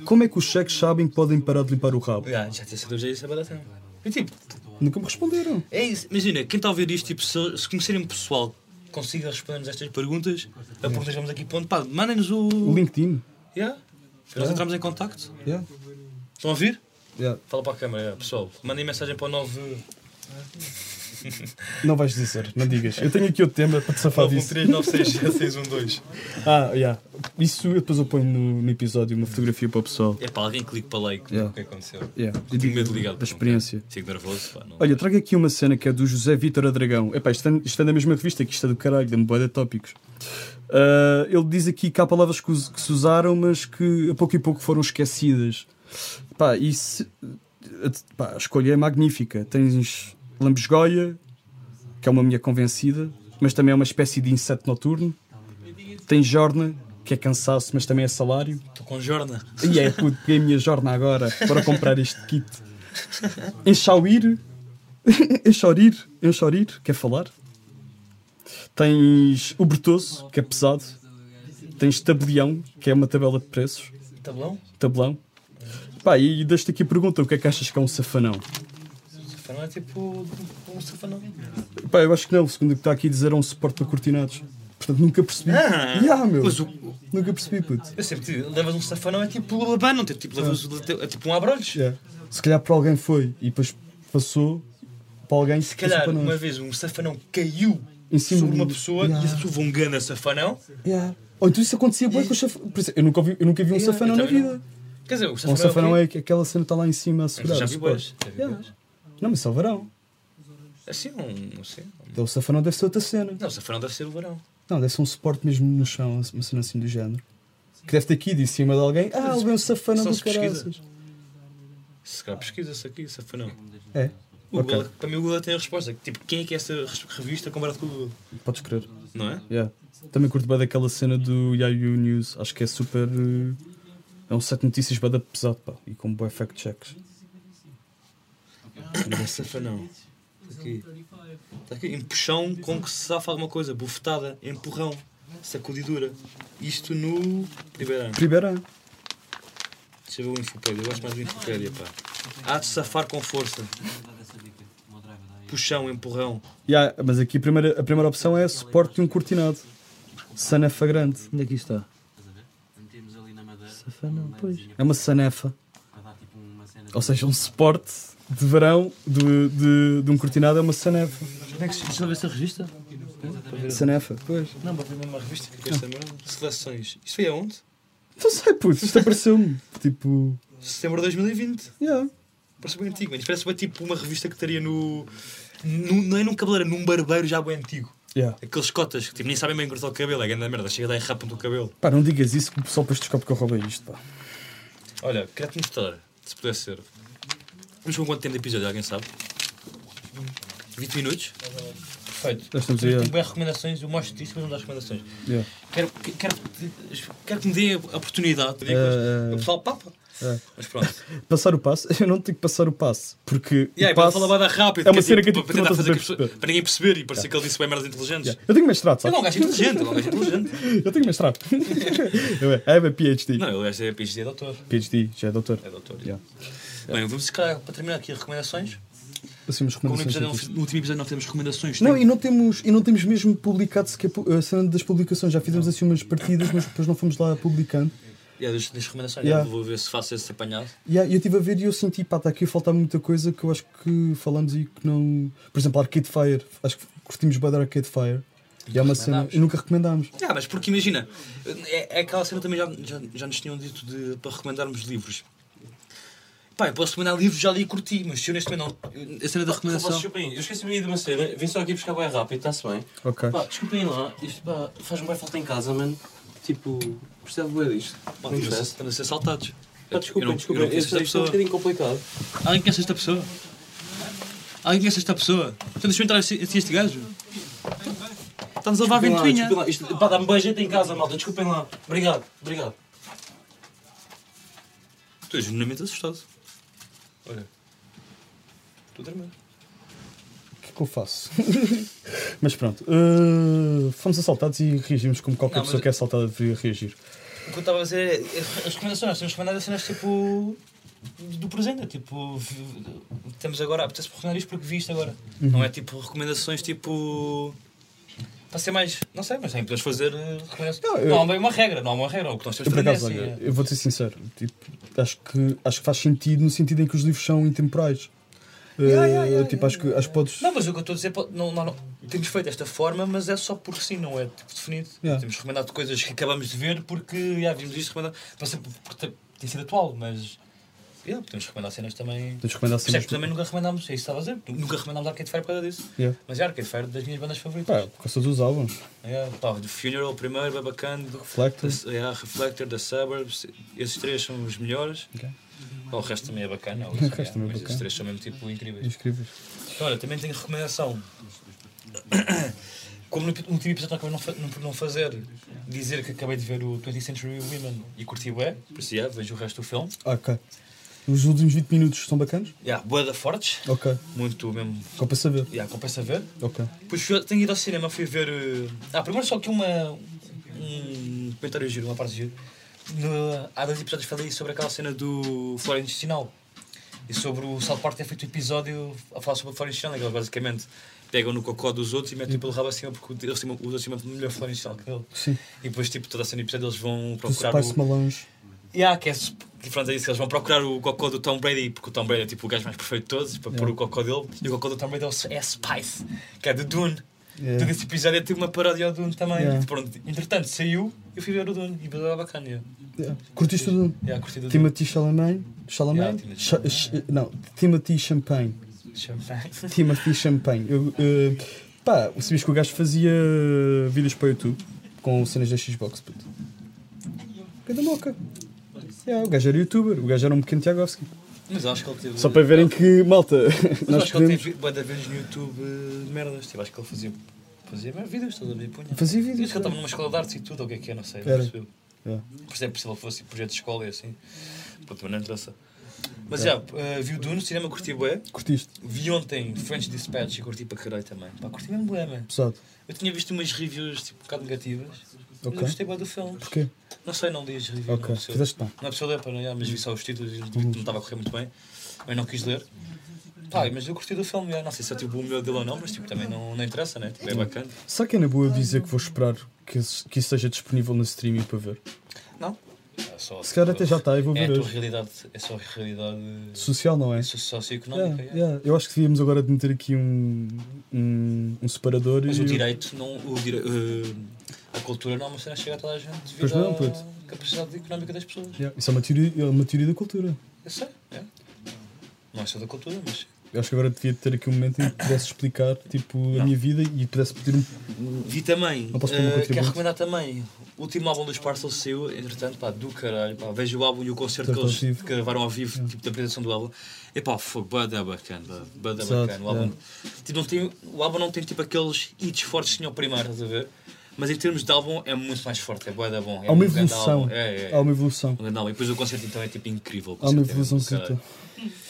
[SPEAKER 4] Como é que os cheques sabem que podem parar de limpar o rabo?
[SPEAKER 3] Yeah, já tinha sido já isso é bada tempo. E tipo,
[SPEAKER 4] Nunca me responderam.
[SPEAKER 3] é isso. Imagina, quem está a ouvir isto, tipo, se, se conhecerem pessoal que consiga responder-nos estas perguntas, a perguntas vamos aqui ponto, pá, mandem-nos o.
[SPEAKER 4] O LinkedIn.
[SPEAKER 3] Yeah. Nós entramos em contacto.
[SPEAKER 4] Yeah,
[SPEAKER 3] Estão a ouvir?
[SPEAKER 4] yeah.
[SPEAKER 3] Fala para a câmara, yeah, pessoal. Mandem mensagem para o 9.
[SPEAKER 4] Não vais dizer, não digas. Eu tenho aqui outro tema para te safar disso.
[SPEAKER 3] 913960612.
[SPEAKER 4] Ah, yeah. Isso eu depois eu ponho no, no episódio uma fotografia para o pessoal.
[SPEAKER 3] É para alguém clique para like,
[SPEAKER 4] Yeah.
[SPEAKER 3] o que aconteceu.
[SPEAKER 4] Yeah. Eu
[SPEAKER 3] Tenho
[SPEAKER 4] digo
[SPEAKER 3] medo de ligar.
[SPEAKER 4] da experiência.
[SPEAKER 3] Fico nervoso, pá. Não...
[SPEAKER 4] Olha, trago aqui uma cena que é do José Vítor Adragão. Epá, isto é, isto é da mesma revista, que isto é do caralho, dá-me boia de tópicos. Ah, ele diz aqui que há palavras que, us- que se usaram, mas que a pouco e pouco foram esquecidas. Pá, e se- pá, a escolha é magnífica. Tens lambesgoia, que é uma mulher convencida, mas também é uma espécie de inseto noturno. Tens jorna, que é cansaço, mas também é salário.
[SPEAKER 3] Estou com jorna.
[SPEAKER 4] E é, puto, peguei a minha jorna agora para comprar este kit. Enxauir. Enxaurir. Enxaurir. Quer falar? Tens o Bertoso, que é pesado. Tens tabelião, que é uma tabela de preços.
[SPEAKER 3] Tablão?
[SPEAKER 4] Tabelão. Pá, e deixo-te aqui a pergunta: o que é que achas que é um safanão?
[SPEAKER 3] Safanão é tipo um safanão.
[SPEAKER 4] Pá, eu acho que não. Segundo o que está aqui a dizer, é um suporte para cortinados. Portanto, nunca percebi.
[SPEAKER 3] Ah,
[SPEAKER 4] Ya, meu.
[SPEAKER 3] Mas o,
[SPEAKER 4] Nunca percebi, puto.
[SPEAKER 3] eu sempre tive, levas um safanão é tipo labano, tipo, tipo, levas, o- é tipo um abrolhos.
[SPEAKER 4] Ya. Se calhar para alguém foi e depois passou para alguém.
[SPEAKER 3] Se calhar uma vez um safanão caiu
[SPEAKER 4] Em cima
[SPEAKER 3] sobre uma
[SPEAKER 4] do-
[SPEAKER 3] pessoa
[SPEAKER 4] Ya.
[SPEAKER 3] e essa pessoa levou um ganda safanão.
[SPEAKER 4] Yeah. Ou então isso acontecia bem com o safanão. Eu nunca, ouvi, eu nunca vi um
[SPEAKER 3] Yeah, Então,
[SPEAKER 4] safanão
[SPEAKER 3] eu
[SPEAKER 4] na
[SPEAKER 3] também
[SPEAKER 4] vida.
[SPEAKER 3] não. Quer dizer, o
[SPEAKER 4] Um
[SPEAKER 3] safanão,
[SPEAKER 4] safanão
[SPEAKER 3] é,
[SPEAKER 4] é que aquela cena que está lá em cima a segurar.
[SPEAKER 3] Já
[SPEAKER 4] o
[SPEAKER 3] vi
[SPEAKER 4] suporte.
[SPEAKER 3] boas, já vi
[SPEAKER 4] Yeah.
[SPEAKER 3] boas.
[SPEAKER 4] Não, mas isso é o verão.
[SPEAKER 3] Assim, um, não sei. um-
[SPEAKER 4] Então, O safanão deve ser outra cena.
[SPEAKER 3] Não, o safanão deve ser o varão.
[SPEAKER 4] Não, deve ser um suporte mesmo no chão, uma cena assim do género. Que deve ter aqui de cima de alguém. Ah, levei um safanão
[SPEAKER 3] Só
[SPEAKER 4] do
[SPEAKER 3] se pesquisa.
[SPEAKER 4] caraças.
[SPEAKER 3] Se calhar pesquisa-se aqui, safanão.
[SPEAKER 4] É,
[SPEAKER 3] O
[SPEAKER 4] Ok.
[SPEAKER 3] Google, para mim o Google tem a resposta. Tipo, quem é que é essa res- revista comparado com o Google?
[SPEAKER 4] podes crer.
[SPEAKER 3] Não é?
[SPEAKER 4] Yeah. Também curto bem daquela cena do Yahoo News. Acho que é super. eh, É um site de notícias bada pesado, pá. E com boa fact checks.
[SPEAKER 3] Safanão. Tá Aqui. Está aqui. Empuxão com que se safa alguma coisa. Bufetada, empurrão, sacudidura. Isto no primeiro ano.
[SPEAKER 4] Primeiro ano.
[SPEAKER 3] Deixa eu ver o Infopédia. Eu gosto mais do Infopédia, pá. Há de safar com força. Puxão, empurrão.
[SPEAKER 4] Ya, mas aqui a primeira, a primeira opção é suporte de um cortinado. Sanefa grande.
[SPEAKER 3] Onde é que isto está?
[SPEAKER 5] Metemos ali na madeira. um
[SPEAKER 3] Safanão, pois.
[SPEAKER 4] É uma sanefa.
[SPEAKER 5] Para dar tipo uma cena de.
[SPEAKER 4] Ou seja, um suporte de verão de, de, de um cortinado é uma sanefa.
[SPEAKER 3] Onde é que se deixa eu ver essa revista?
[SPEAKER 4] Sanefa, pois.
[SPEAKER 3] Não, para ver mesmo a revista. O que é que é esta merda? Seleções. Isto foi aonde?
[SPEAKER 4] Não sei, puto, isto apareceu-me. Tipo,
[SPEAKER 3] Setembro de 2020.
[SPEAKER 4] ya.
[SPEAKER 3] Parece bem antigo, mas parece bem tipo uma revista que estaria no. no- não é num cabeleireiro, num barbeiro já bem antigo.
[SPEAKER 4] Ya.
[SPEAKER 3] Aqueles cotas que tipo, nem sabem bem cortar o cabelo, é grande merda, chega lá e rapam-te o cabelo.
[SPEAKER 4] Pá, não digas isso que o pessoal depois descobre que eu roubei isto, pá.
[SPEAKER 3] Olha, queria-te mostrar, se pudesse ser. Vamos com quanto tempo de episódio, alguém sabe? 20 minutos? perfeito.
[SPEAKER 4] Nós estamos
[SPEAKER 3] Tu
[SPEAKER 4] aí,
[SPEAKER 3] tens
[SPEAKER 4] é.
[SPEAKER 3] boas recomendações, eu mostro-te isso, mas não dás recomendações.
[SPEAKER 4] Yeah.
[SPEAKER 3] Quero, que- quero, que te- quero que me dê a oportunidade de dizer
[SPEAKER 4] Eh,
[SPEAKER 3] coisas. O pessoal papa.
[SPEAKER 4] É.
[SPEAKER 3] Mas pronto.
[SPEAKER 4] Passar o passo? Eu não tenho que passar o passo. Porque.
[SPEAKER 3] E aí,
[SPEAKER 4] o
[SPEAKER 3] para
[SPEAKER 4] passo...
[SPEAKER 3] falar bada rápido.
[SPEAKER 4] É uma
[SPEAKER 3] que
[SPEAKER 4] cena que eu
[SPEAKER 3] para
[SPEAKER 4] tive que
[SPEAKER 3] tentar
[SPEAKER 4] perguntar
[SPEAKER 3] fazer
[SPEAKER 4] para
[SPEAKER 3] que as pessoas-
[SPEAKER 4] perceber. É.
[SPEAKER 3] para ninguém perceber e parecia que ele disse bem merdas inteligentes.
[SPEAKER 4] Yeah. Eu tenho mestrado,
[SPEAKER 3] Ele é
[SPEAKER 4] sabe?
[SPEAKER 3] um gajo inteligente, ele é um gajo inteligente.
[SPEAKER 4] Eu tenho mestrado. Eu- I have a PhD.
[SPEAKER 3] Não, ele é PhD, é doutor.
[SPEAKER 4] PhD, já é doutor.
[SPEAKER 3] É doutor.
[SPEAKER 4] Yeah.
[SPEAKER 3] Bem, vamos se calhar para terminar aqui as recomendações.
[SPEAKER 4] Assim, umas
[SPEAKER 3] Como no,
[SPEAKER 4] recomendações
[SPEAKER 3] episódio não
[SPEAKER 4] difíceis.
[SPEAKER 3] fiz- no último episódio não fizemos recomendações.
[SPEAKER 4] Não,
[SPEAKER 3] tem-
[SPEAKER 4] e não temos, e não temos mesmo publicado sequer pu- a cena das publicações. Já fizemos assim umas partidas, mas depois não fomos lá publicando.
[SPEAKER 3] Yeah, é das, das recomendações.
[SPEAKER 4] Yeah.
[SPEAKER 3] eu Vou ver se faço esse apanhado.
[SPEAKER 4] E aí eu estive a ver e eu senti, pá, está aqui a faltar muita coisa que eu acho que falamos e que não. Por exemplo, Arcade Fire. Acho que curtimos bem da Arcade Fire. E é uma cena.
[SPEAKER 3] recomendámos.
[SPEAKER 4] E nunca recomendámos.
[SPEAKER 3] Ah, mas porque imagina, é, é aquela cena também já, já, já nos tinham dito de, para recomendarmos livros. Pá, eu posso recomendar livros, já li e curti, mas se eu neste momento não. A cena da
[SPEAKER 5] Vocês
[SPEAKER 3] recomendação.
[SPEAKER 5] desculpem, eu esqueci-me aí de uma cena, vim só aqui buscar bem rápido, está-se bem.
[SPEAKER 4] Ok.
[SPEAKER 5] Pá, desculpem lá, isto pá, faz-me bem falta em casa, mano. Tipo, percebo bem disto.
[SPEAKER 3] Pá,
[SPEAKER 5] Não
[SPEAKER 3] estamos a-
[SPEAKER 5] interessa.
[SPEAKER 3] estamos a ser saltados.
[SPEAKER 5] Pá,
[SPEAKER 3] Eu não-
[SPEAKER 5] desculpem,
[SPEAKER 3] eu
[SPEAKER 5] desculpem,
[SPEAKER 3] não conheço
[SPEAKER 5] isto
[SPEAKER 3] esta
[SPEAKER 5] isto é um
[SPEAKER 3] pessoa.
[SPEAKER 5] bocadinho complicado.
[SPEAKER 3] Alguém conhece esta pessoa? Alguém conhece esta pessoa? Então deixa eu entrar assim assim este gajo. Está-nos a levar a
[SPEAKER 5] Desculpem lá,
[SPEAKER 3] ventoinha.
[SPEAKER 5] desculpem lá, isto, pá, dá-me bem jeito em casa, malta, desculpem lá. Obrigado, obrigado.
[SPEAKER 3] Tu és genuinamente assustado. Olha. Estou tremendo.
[SPEAKER 4] O que é que eu faço? mas pronto. eh, fomos assaltados e reagimos como qualquer
[SPEAKER 3] Não, mas-
[SPEAKER 4] pessoa que é assaltada deveria reagir.
[SPEAKER 3] O que eu estava a dizer é. As recomendações, nós temos recomendado cenas tipo. do presente. Tipo. vi- Temos agora. apetece recomendar isto porque vi isto agora.
[SPEAKER 4] Uhum.
[SPEAKER 3] Não é tipo recomendações tipo. para ser mais. não sei, mas também podemos fazer eh, recomendações.
[SPEAKER 4] Não,
[SPEAKER 3] Não,
[SPEAKER 4] eu-
[SPEAKER 3] há bem uma regra, não há uma regra. é O que nós
[SPEAKER 4] Eu,
[SPEAKER 3] temos assim,
[SPEAKER 4] por
[SPEAKER 3] de
[SPEAKER 4] acaso,
[SPEAKER 3] fazer
[SPEAKER 4] olha, eu vou ser sincero. Tipo, acho, que, acho que faz sentido no sentido em que os livros são intemporais. Eh, tipo, acho, que, acho que podes.
[SPEAKER 3] é. Não, mas o que eu estou a dizer, pode- não, não, não. temos feito desta forma, mas é só porque sim, não é tipo, definido.
[SPEAKER 4] Yeah.
[SPEAKER 3] Temos recomendado coisas que acabamos de ver porque já vimos isto recomendado. Não sei porque tem- tem sido atual, mas. Yeah, podemos recomendar cenas também.
[SPEAKER 4] Tens de recomendar
[SPEAKER 3] Por isso é
[SPEAKER 4] cenas. tipo,
[SPEAKER 3] que também nunca recomendámos, é isso que estava a dizer. Nunca recomendámos Arcade Fire por causa disso.
[SPEAKER 4] Yeah.
[SPEAKER 3] Mas é Arcade Fire das minhas bandas
[SPEAKER 4] Pá,
[SPEAKER 3] favoritas.
[SPEAKER 4] por causa dos álbuns.
[SPEAKER 3] É, pá, do Funeral primeiro, bem bacana. Do,
[SPEAKER 4] Reflector.
[SPEAKER 3] da- é, Reflector, da Suburbs. Esses três são os melhores.
[SPEAKER 4] Ok.
[SPEAKER 3] Pá, O resto também é bacana. O
[SPEAKER 4] resto também é
[SPEAKER 3] Mas
[SPEAKER 4] bacana.
[SPEAKER 3] esses três são mesmo tipo incríveis.
[SPEAKER 4] Inscreves.
[SPEAKER 3] Então, Olha, também tenho recomendação. Como no no último episódio acabei não fa- não- por não fazer, dizer que acabei de ver o 20th Century Women e curti bué, por isso, yeah, vejo o resto do filme.
[SPEAKER 4] Ah, ok. Os últimos 20 minutos são bacanas?
[SPEAKER 3] Yeah, bué da fortes,
[SPEAKER 4] Ok.
[SPEAKER 3] muito mesmo,
[SPEAKER 4] Só para saber.
[SPEAKER 3] yeah, compensa ver.
[SPEAKER 4] Ok.
[SPEAKER 3] Depois fui- tenho ido ao cinema, fui ver... eh, Ah, primeiro só aqui uma, um comentário giro, uma parte giro. No- há dois episódios falei sobre aquela cena do Flora Intestinal. E sobre o South Park ter feito um episódio a falar sobre a flora intestinal, em que eles basicamente pegam no cocó dos outros e metem pelo rabo acima, porque eles têm, uma- os outros têm uma melhor flora intestinal que ele.
[SPEAKER 4] Sim.
[SPEAKER 3] E depois, tipo, toda a cena do episódio, eles vão
[SPEAKER 4] Do
[SPEAKER 3] procurar
[SPEAKER 4] Spice
[SPEAKER 3] o...
[SPEAKER 4] Melange.
[SPEAKER 3] Yeah, que é su- que, pronto, é isso, eles vão procurar o cocó do Tom Brady, porque o Tom Brady é tipo o gajo mais perfeito de todos, para pôr o cocó dele. E o cocó do Tom Brady é, o, é Spice, que é de Dune.
[SPEAKER 4] Yeah.
[SPEAKER 3] Todo esse episódio é tipo uma paródia ao Dune também.
[SPEAKER 4] Yeah.
[SPEAKER 3] E, pronto, entretanto, saiu, eu fui ver o Dune e estava bacana. Yeah.
[SPEAKER 4] Yeah. é. Curtiste tudo?
[SPEAKER 3] Yeah, curti do Dune.
[SPEAKER 4] Timothy Chalamet? Chalamet?
[SPEAKER 3] Yeah, Timothy
[SPEAKER 4] Cha- ch- não, Timothy Champagne. Timothy Champagne. Eu, eh, pá, sabias que o gajo fazia vídeos para o YouTube com cenas da Xbox, puto. Cada moca. Yeah, o gajo era youtuber, o gajo era um pequeno Tiagovski.
[SPEAKER 3] Mas acho que ele teve.
[SPEAKER 4] Só para verem que, malta,
[SPEAKER 3] Mas
[SPEAKER 4] nós
[SPEAKER 3] acho que ele
[SPEAKER 4] podemos...
[SPEAKER 3] teve bué de vezes no YouTube eh, merdas. Tipo, acho que ele fazia. Fazia merda, vídeos, estás a ver? Punha.
[SPEAKER 4] Fazia
[SPEAKER 3] Diz que ele
[SPEAKER 4] vídeos.
[SPEAKER 3] estava numa escola de artes e tudo, ou o que é que é, não sei. Não
[SPEAKER 4] Era.
[SPEAKER 3] percebeu.
[SPEAKER 4] Yeah.
[SPEAKER 3] Por isso é possível que fosse projeto de escola e assim. Pronto, mas não interessa.
[SPEAKER 4] É.
[SPEAKER 3] Mas já, eh, vi o Dune, no cinema, curti bué.
[SPEAKER 4] Curtiste?
[SPEAKER 3] Vi ontem French Dispatch e curti para caralho também. Pá, curti mesmo bué, man.
[SPEAKER 4] Pesado.
[SPEAKER 3] Eu tinha visto umas reviews tipo, um bocado negativas. Mas
[SPEAKER 4] Ok.
[SPEAKER 3] eu gostei bem do filme.
[SPEAKER 4] Porquê?
[SPEAKER 3] Não sei, não li as reviews.
[SPEAKER 4] Ok,
[SPEAKER 3] Não precisou
[SPEAKER 4] fizeste bem.
[SPEAKER 3] não é possível ler, pá, não, é? mas vi só os títulos e não estava a correr muito bem. Mas não quis ler. Pá, mas eu curti do filme, já. não sei se é tipo o melhor dele ou não, mas tipo, também não, não interessa, né? Tipo, é bacana.
[SPEAKER 4] Será que é na boa dizer que vou esperar que, esse- que isso esteja disponível no streaming para ver?
[SPEAKER 3] É só,
[SPEAKER 4] Se calhar até já está, eu vou
[SPEAKER 3] É a
[SPEAKER 4] ver
[SPEAKER 3] tua
[SPEAKER 4] hoje.
[SPEAKER 3] realidade, é só a realidade
[SPEAKER 4] Social, não é?
[SPEAKER 3] so- socioeconómica.
[SPEAKER 4] Yeah,
[SPEAKER 3] é.
[SPEAKER 4] yeah. Eu acho que devíamos agora de meter aqui um, um, um separador
[SPEAKER 3] Mas
[SPEAKER 4] e...
[SPEAKER 3] o direito, não, o dire... eh, a cultura não é uma cena que chega a toda a gente
[SPEAKER 4] Pois
[SPEAKER 3] devido
[SPEAKER 4] não,
[SPEAKER 3] à
[SPEAKER 4] puto.
[SPEAKER 3] capacidade económica das pessoas.
[SPEAKER 4] Yeah. Isso é uma teoria, é uma teoria da cultura.
[SPEAKER 3] Eu sei, é. Não é só da cultura, mas
[SPEAKER 4] Eu acho que agora devia ter aqui um momento em que pudesse explicar tipo, a minha vida e pudesse pedir um.
[SPEAKER 3] Vi também,
[SPEAKER 4] Não posso pôr no
[SPEAKER 3] eh,
[SPEAKER 4] contributo.
[SPEAKER 3] quero recomendar também o último álbum dos Parcels saiu, entretanto, pá, do caralho, pá, vejo o álbum e o concerto que
[SPEAKER 4] Tanto ao
[SPEAKER 3] eles
[SPEAKER 4] vivo.
[SPEAKER 3] gravaram ao vivo, tipo, da apresentação do álbum, e pá, foi bada bacana, bada
[SPEAKER 4] Exato,
[SPEAKER 3] bacana, o álbum, tipo, não tem, o álbum não tem, tipo, aqueles hits fortes que tinha o primeiro, estás a ver? Mas em termos de álbum é muito mais forte, é bada bom, é
[SPEAKER 4] Há uma
[SPEAKER 3] um grande
[SPEAKER 4] evolução.
[SPEAKER 3] álbum, é, é,
[SPEAKER 4] Há uma evolução.
[SPEAKER 3] um grande álbum, e depois o concerto então é, tipo, incrível, o
[SPEAKER 4] Há
[SPEAKER 3] concerto
[SPEAKER 4] uma
[SPEAKER 3] é do
[SPEAKER 4] evoluçãozita.
[SPEAKER 3] caralho.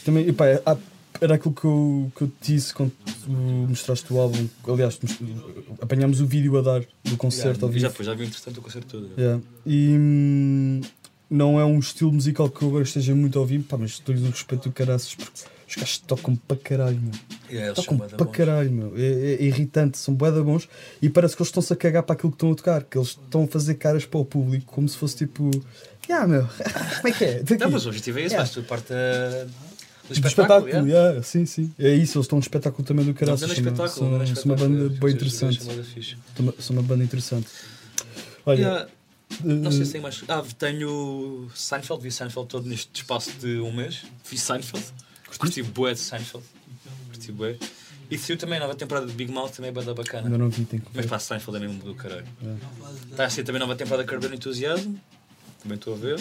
[SPEAKER 4] Também, epá, é- há- era aquilo que eu, que eu te disse quando tu mostraste o álbum. Aliás, tu mos- apanhámos o vídeo a dar do concerto ao
[SPEAKER 3] Já
[SPEAKER 4] vivo.
[SPEAKER 3] foi, já vi, entretanto, o concerto todo.
[SPEAKER 4] Yeah. E hum, não é um estilo musical que eu agora esteja muito a ouvir, pá, mas dou-lhes o respeito do caraças porque os gajos tocam para caralho, meu.
[SPEAKER 3] É, eles são
[SPEAKER 4] Tocam
[SPEAKER 3] bada
[SPEAKER 4] para
[SPEAKER 3] bons.
[SPEAKER 4] Tá caralho, meu. É, é irritante, são boeda bons e parece que eles estão-se a cagar para aquilo que estão a tocar, que eles estão a fazer caras para o público como se fosse tipo. Ah, meu, como é que é? Daqui.
[SPEAKER 3] Não, mas o objetivo é esse,
[SPEAKER 4] Yeah.
[SPEAKER 3] mas tu parte eh, do
[SPEAKER 4] Do
[SPEAKER 3] espetáculo, é?
[SPEAKER 4] yeah, sim, sim. É isso, eles estão no espetáculo também do
[SPEAKER 3] Não,
[SPEAKER 4] caralho.
[SPEAKER 3] não é
[SPEAKER 4] São,
[SPEAKER 3] espetáculo, não é
[SPEAKER 4] são, são uma
[SPEAKER 3] espetáculo,
[SPEAKER 4] banda
[SPEAKER 3] é,
[SPEAKER 4] bem
[SPEAKER 3] é,
[SPEAKER 4] interessante.
[SPEAKER 3] é chamada fixe.
[SPEAKER 4] São uma- São uma banda interessante. Olha,
[SPEAKER 3] Yeah, não sei
[SPEAKER 4] eh,
[SPEAKER 3] se tenho mais. Ah, tenho Seinfeld, vi Seinfeld todo neste espaço de um mês. Vi Seinfeld. Curti bué de Seinfeld. Curti bué. E saiu também a nova temporada de Big Mouth, também é banda bacana.
[SPEAKER 4] ainda não vi, tenho que
[SPEAKER 3] Mas
[SPEAKER 4] ver.
[SPEAKER 3] pá, Seinfeld é mesmo do caralho. Está a ser também a nova temporada de Carbono Entusiasmo. Também estou a ver.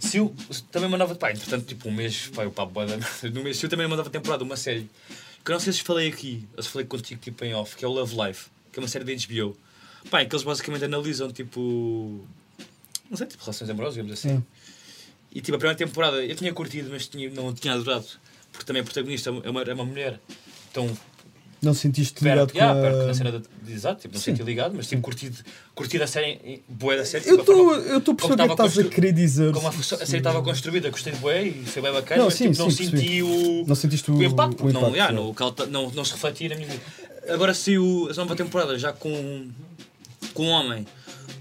[SPEAKER 3] Siu, também uma nova. Pá, entretanto, tipo um mês. Pá, eu pá, bué da- no mês. Siu também é uma nova temporada, uma série. Que eu não sei se falei aqui, ou se falei contigo tipo em off, que é o Love Life, que é uma série da HBO. Pá, em que eles basicamente analisam tipo. Não sei, tipo relações amorosas, digamos assim.
[SPEAKER 4] Sim.
[SPEAKER 3] E tipo a primeira temporada eu tinha curtido, mas tinha, não tinha adorado. Porque também a protagonista é uma, é uma mulher. Então
[SPEAKER 4] Não sentiste ligado
[SPEAKER 3] Perto,
[SPEAKER 4] com
[SPEAKER 3] yeah, perto
[SPEAKER 4] a...
[SPEAKER 3] da cena da- Exato, tipo, não senti ligado, mas tipo, curtido, curtido a série, em- boé da série.
[SPEAKER 4] Eu
[SPEAKER 3] tipo, a forma
[SPEAKER 4] estou a perceber o que é
[SPEAKER 3] Como
[SPEAKER 4] que
[SPEAKER 3] estava
[SPEAKER 4] estás a
[SPEAKER 3] constru-
[SPEAKER 4] querer dizer.
[SPEAKER 3] Como a, fo- a série estava construída, gostei de boé e foi bem bacana,
[SPEAKER 4] Não,
[SPEAKER 3] mas
[SPEAKER 4] sim,
[SPEAKER 3] tipo, não
[SPEAKER 4] sim, percebi.
[SPEAKER 3] senti o,
[SPEAKER 4] Não sentiste o,
[SPEAKER 3] o impacto,
[SPEAKER 4] o
[SPEAKER 3] não, yeah,
[SPEAKER 4] é.
[SPEAKER 3] não, o cal- tá- não, não se refletia na minha vida. Agora saiu a nova temporada já com, com um homem,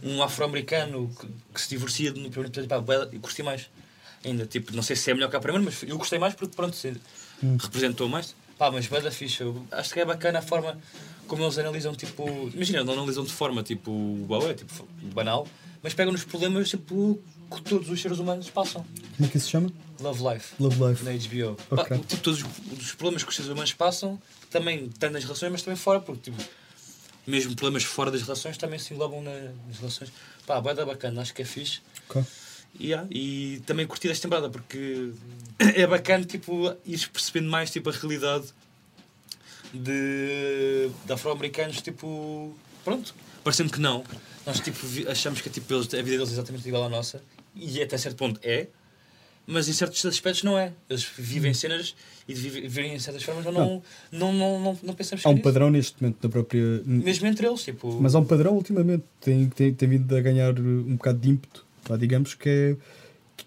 [SPEAKER 3] um afro-americano que, que se divorcia no primeiro episódio, pá, bué, eu curti mais. Ainda, tipo, não sei se é melhor que a primeira, mas eu gostei mais porque, pronto, se representou mais. Pá, mas bué da ficha, acho que é bacana a forma como eles analisam, tipo, imagina, não analisam de forma, tipo, uau, é tipo, banal, mas pegam nos problemas, tipo, que todos os seres humanos passam.
[SPEAKER 4] Como é que isso se chama?
[SPEAKER 3] Love Life
[SPEAKER 4] Love Life.
[SPEAKER 3] na HBO.
[SPEAKER 4] Ok.
[SPEAKER 3] Pá, tipo, todos os, os problemas que os seres humanos passam, também tanto nas relações, mas também fora, porque tipo, mesmo problemas fora das relações também se englobam na- nas relações. Pá, vai dar bacana, acho que é fixe.
[SPEAKER 4] Ok.
[SPEAKER 3] E, há, e também curti esta temporada porque é bacana tipo, ires percebendo mais tipo, a realidade de, de afro-americanos, tipo, pronto, parecendo que não. Nós tipo, vi- achamos que tipo, eles, a vida deles é exatamente igual à nossa, e até certo ponto é, mas em certos aspectos não é. Eles vivem cenas e vivem, vivem em certas formas, não, não, não, não, não, não pensamos
[SPEAKER 4] Há um
[SPEAKER 3] nisso.
[SPEAKER 4] padrão neste momento da própria.
[SPEAKER 3] Mesmo entre eles, tipo,
[SPEAKER 4] Mas há um padrão ultimamente. Tem, tem, tem vindo a ganhar uh, um bocado de ímpeto. Pá, digamos que é,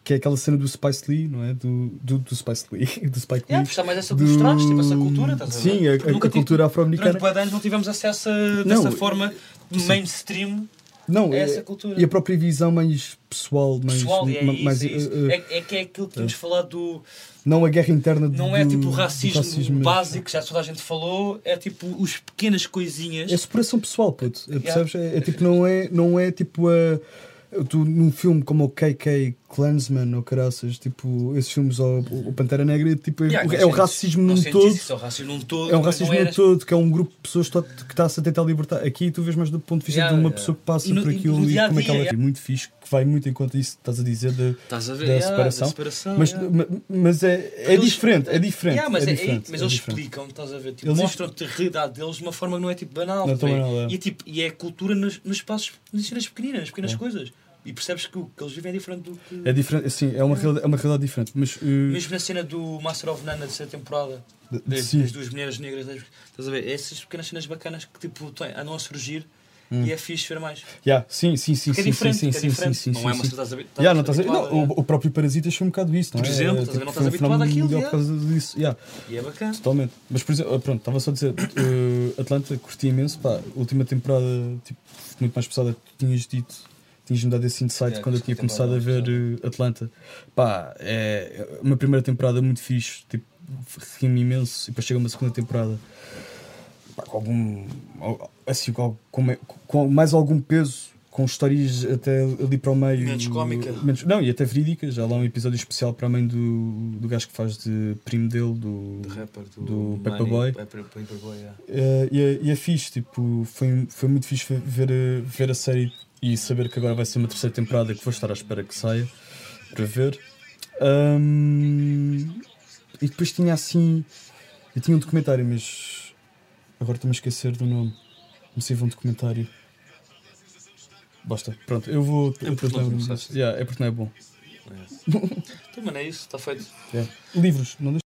[SPEAKER 4] que é aquela cena do Spice Lee, não é? Do, do, do Spice Lee. Do Spike
[SPEAKER 3] é,
[SPEAKER 4] Lee.
[SPEAKER 3] está mais essa
[SPEAKER 4] Do-
[SPEAKER 3] dos trajes, tipo, essa cultura, estás a ver?
[SPEAKER 4] Sim, a,
[SPEAKER 3] Porque
[SPEAKER 4] a-
[SPEAKER 3] nunca
[SPEAKER 4] a
[SPEAKER 3] tive-
[SPEAKER 4] cultura
[SPEAKER 3] Durante
[SPEAKER 4] afro-americana.
[SPEAKER 3] bué de anos não tivemos acesso a- dessa
[SPEAKER 4] Não,
[SPEAKER 3] forma mainstream
[SPEAKER 4] Não,
[SPEAKER 3] a
[SPEAKER 4] é-
[SPEAKER 3] essa cultura.
[SPEAKER 4] e a própria visão mais pessoal, mais.
[SPEAKER 3] pessoal, e é
[SPEAKER 4] ma-
[SPEAKER 3] isso,
[SPEAKER 4] mais,
[SPEAKER 3] é, isso.
[SPEAKER 4] uh, uh,
[SPEAKER 3] É- é que é aquilo que tínhamos falado do.
[SPEAKER 4] Não a guerra interna
[SPEAKER 3] Não é
[SPEAKER 4] do,
[SPEAKER 3] tipo o
[SPEAKER 4] do
[SPEAKER 3] racismo,
[SPEAKER 4] racismo.
[SPEAKER 3] básico, que já toda a gente falou, é tipo os pequenas coisinhas.
[SPEAKER 4] É superação pessoal, puto. É, Percebes? É, é tipo, não é, não é tipo a. Tu, num filme como o KK Klansman ou caraças, tipo, esses filmes ou o Pantera Negra, tipo, é,
[SPEAKER 3] Yeah,
[SPEAKER 4] o-
[SPEAKER 3] não
[SPEAKER 4] é o
[SPEAKER 3] sentes-
[SPEAKER 4] racismo
[SPEAKER 3] não
[SPEAKER 4] num
[SPEAKER 3] sentes
[SPEAKER 4] todo.
[SPEAKER 3] isso, é o racismo num todo.
[SPEAKER 4] É um
[SPEAKER 3] mas
[SPEAKER 4] racismo
[SPEAKER 3] não
[SPEAKER 4] num
[SPEAKER 3] era-
[SPEAKER 4] todo, que é um grupo de pessoas to- que está-se a tentar libertar. Aqui tu vês mais do ponto de vista
[SPEAKER 3] Yeah,
[SPEAKER 4] de uma
[SPEAKER 3] yeah.
[SPEAKER 4] pessoa que passa
[SPEAKER 3] E no-
[SPEAKER 4] por
[SPEAKER 3] e no
[SPEAKER 4] aquilo e,
[SPEAKER 3] dia a
[SPEAKER 4] como é que ela
[SPEAKER 3] dia,
[SPEAKER 4] é. Muito fixe, que vai muito em conta isso que estás a dizer da,
[SPEAKER 3] Estás a ver?
[SPEAKER 4] da
[SPEAKER 3] yeah,
[SPEAKER 4] separação.
[SPEAKER 3] Da separação
[SPEAKER 4] mas,
[SPEAKER 3] yeah.
[SPEAKER 4] ma- mas é, é
[SPEAKER 3] Eles-
[SPEAKER 4] diferente, é diferente.
[SPEAKER 3] Yeah, mas
[SPEAKER 4] é
[SPEAKER 3] é- é-
[SPEAKER 4] diferente,
[SPEAKER 3] mas
[SPEAKER 4] é
[SPEAKER 3] eles
[SPEAKER 4] diferente.
[SPEAKER 3] explicam, estás a ver? Tipo,
[SPEAKER 4] Eles-
[SPEAKER 3] Mostram-te a realidade deles de uma forma que não é tipo banal.
[SPEAKER 4] Não é tão
[SPEAKER 3] véi.
[SPEAKER 4] banal, é.
[SPEAKER 3] E, é, tipo, e é cultura nos, nos espaços, nas cenas pequeninas, nas pequenas coisas. E percebes que o que eles vivem é diferente do que.
[SPEAKER 4] É diferente, assim, é uma realidade, é uma realidade diferente. Mas, uh,
[SPEAKER 3] Mesmo na cena do Master of None da terceira temporada,
[SPEAKER 4] de-
[SPEAKER 3] das,
[SPEAKER 4] sim.
[SPEAKER 3] das duas mulheres negras, das- estás a ver? Essas pequenas cenas bacanas que tipo, têm- andam a surgir e é fixe ver mais.
[SPEAKER 4] Yeah, Hum. sim, sim, sim,
[SPEAKER 3] Porque é
[SPEAKER 4] sim, sim,
[SPEAKER 3] diferente,
[SPEAKER 4] sim,
[SPEAKER 3] porque é
[SPEAKER 4] sim, sim,
[SPEAKER 3] diferente.
[SPEAKER 4] sim,
[SPEAKER 3] não é uma
[SPEAKER 4] sim.
[SPEAKER 3] cena que estás habi-
[SPEAKER 4] Yeah, não estás a-
[SPEAKER 3] habituado,
[SPEAKER 4] não,
[SPEAKER 3] é.
[SPEAKER 4] o, o próprio Parasitas foi um bocado isso, não é?
[SPEAKER 3] Por exemplo,
[SPEAKER 4] É,
[SPEAKER 3] estás a ver, não
[SPEAKER 4] foi
[SPEAKER 3] estás habituado
[SPEAKER 4] fenómeno
[SPEAKER 3] àquilo,
[SPEAKER 4] mundial
[SPEAKER 3] yeah.
[SPEAKER 4] por causa disso. Yeah,
[SPEAKER 3] E é bacana.
[SPEAKER 4] totalmente. Mas, por exemplo, ah, pronto, estava só a dizer, eh, Atlanta, curti imenso, pá, última temporada, tipo, muito mais pesada, tu tinhas dito, tinhas-me dado esse insight
[SPEAKER 3] Yeah,
[SPEAKER 4] quando eu
[SPEAKER 3] curti
[SPEAKER 4] tinha
[SPEAKER 3] a
[SPEAKER 4] começado a ver
[SPEAKER 3] temporada, é
[SPEAKER 4] eh, Atlanta. Pá, é uma primeira temporada muito fixe, tipo, rimo imenso, e depois chega uma segunda temporada pá, com algum al- assim com, al- com, me- com mais algum peso com com histórias até ali para o meio.
[SPEAKER 7] Menos cómica.
[SPEAKER 4] menos- não, e até verídicas. Já lá um episódio especial para a mãe do, do gajo que faz de primo dele, do.
[SPEAKER 7] De rapper do,
[SPEAKER 4] do
[SPEAKER 7] Money-
[SPEAKER 4] Paperboy.
[SPEAKER 7] Paper- Paperboy, é.
[SPEAKER 4] Eh, e, é, e é fixe, tipo, foi, foi muito fixe ver, a- ver a série e saber que agora vai ser uma terceira temporada que vou estar à espera que saia para ver. Ahm, e depois tinha assim. Eu tinha um documentário, mas agora estou-me a esquecer do nome. Comecei a ver um documentário. Basta, pronto, eu vou.
[SPEAKER 7] É porque não
[SPEAKER 4] lembro-me
[SPEAKER 7] começaste.
[SPEAKER 4] disso. Yeah, é porque não é bom.
[SPEAKER 3] tá
[SPEAKER 7] Então, mano, é isso, está feito.
[SPEAKER 4] Livros, não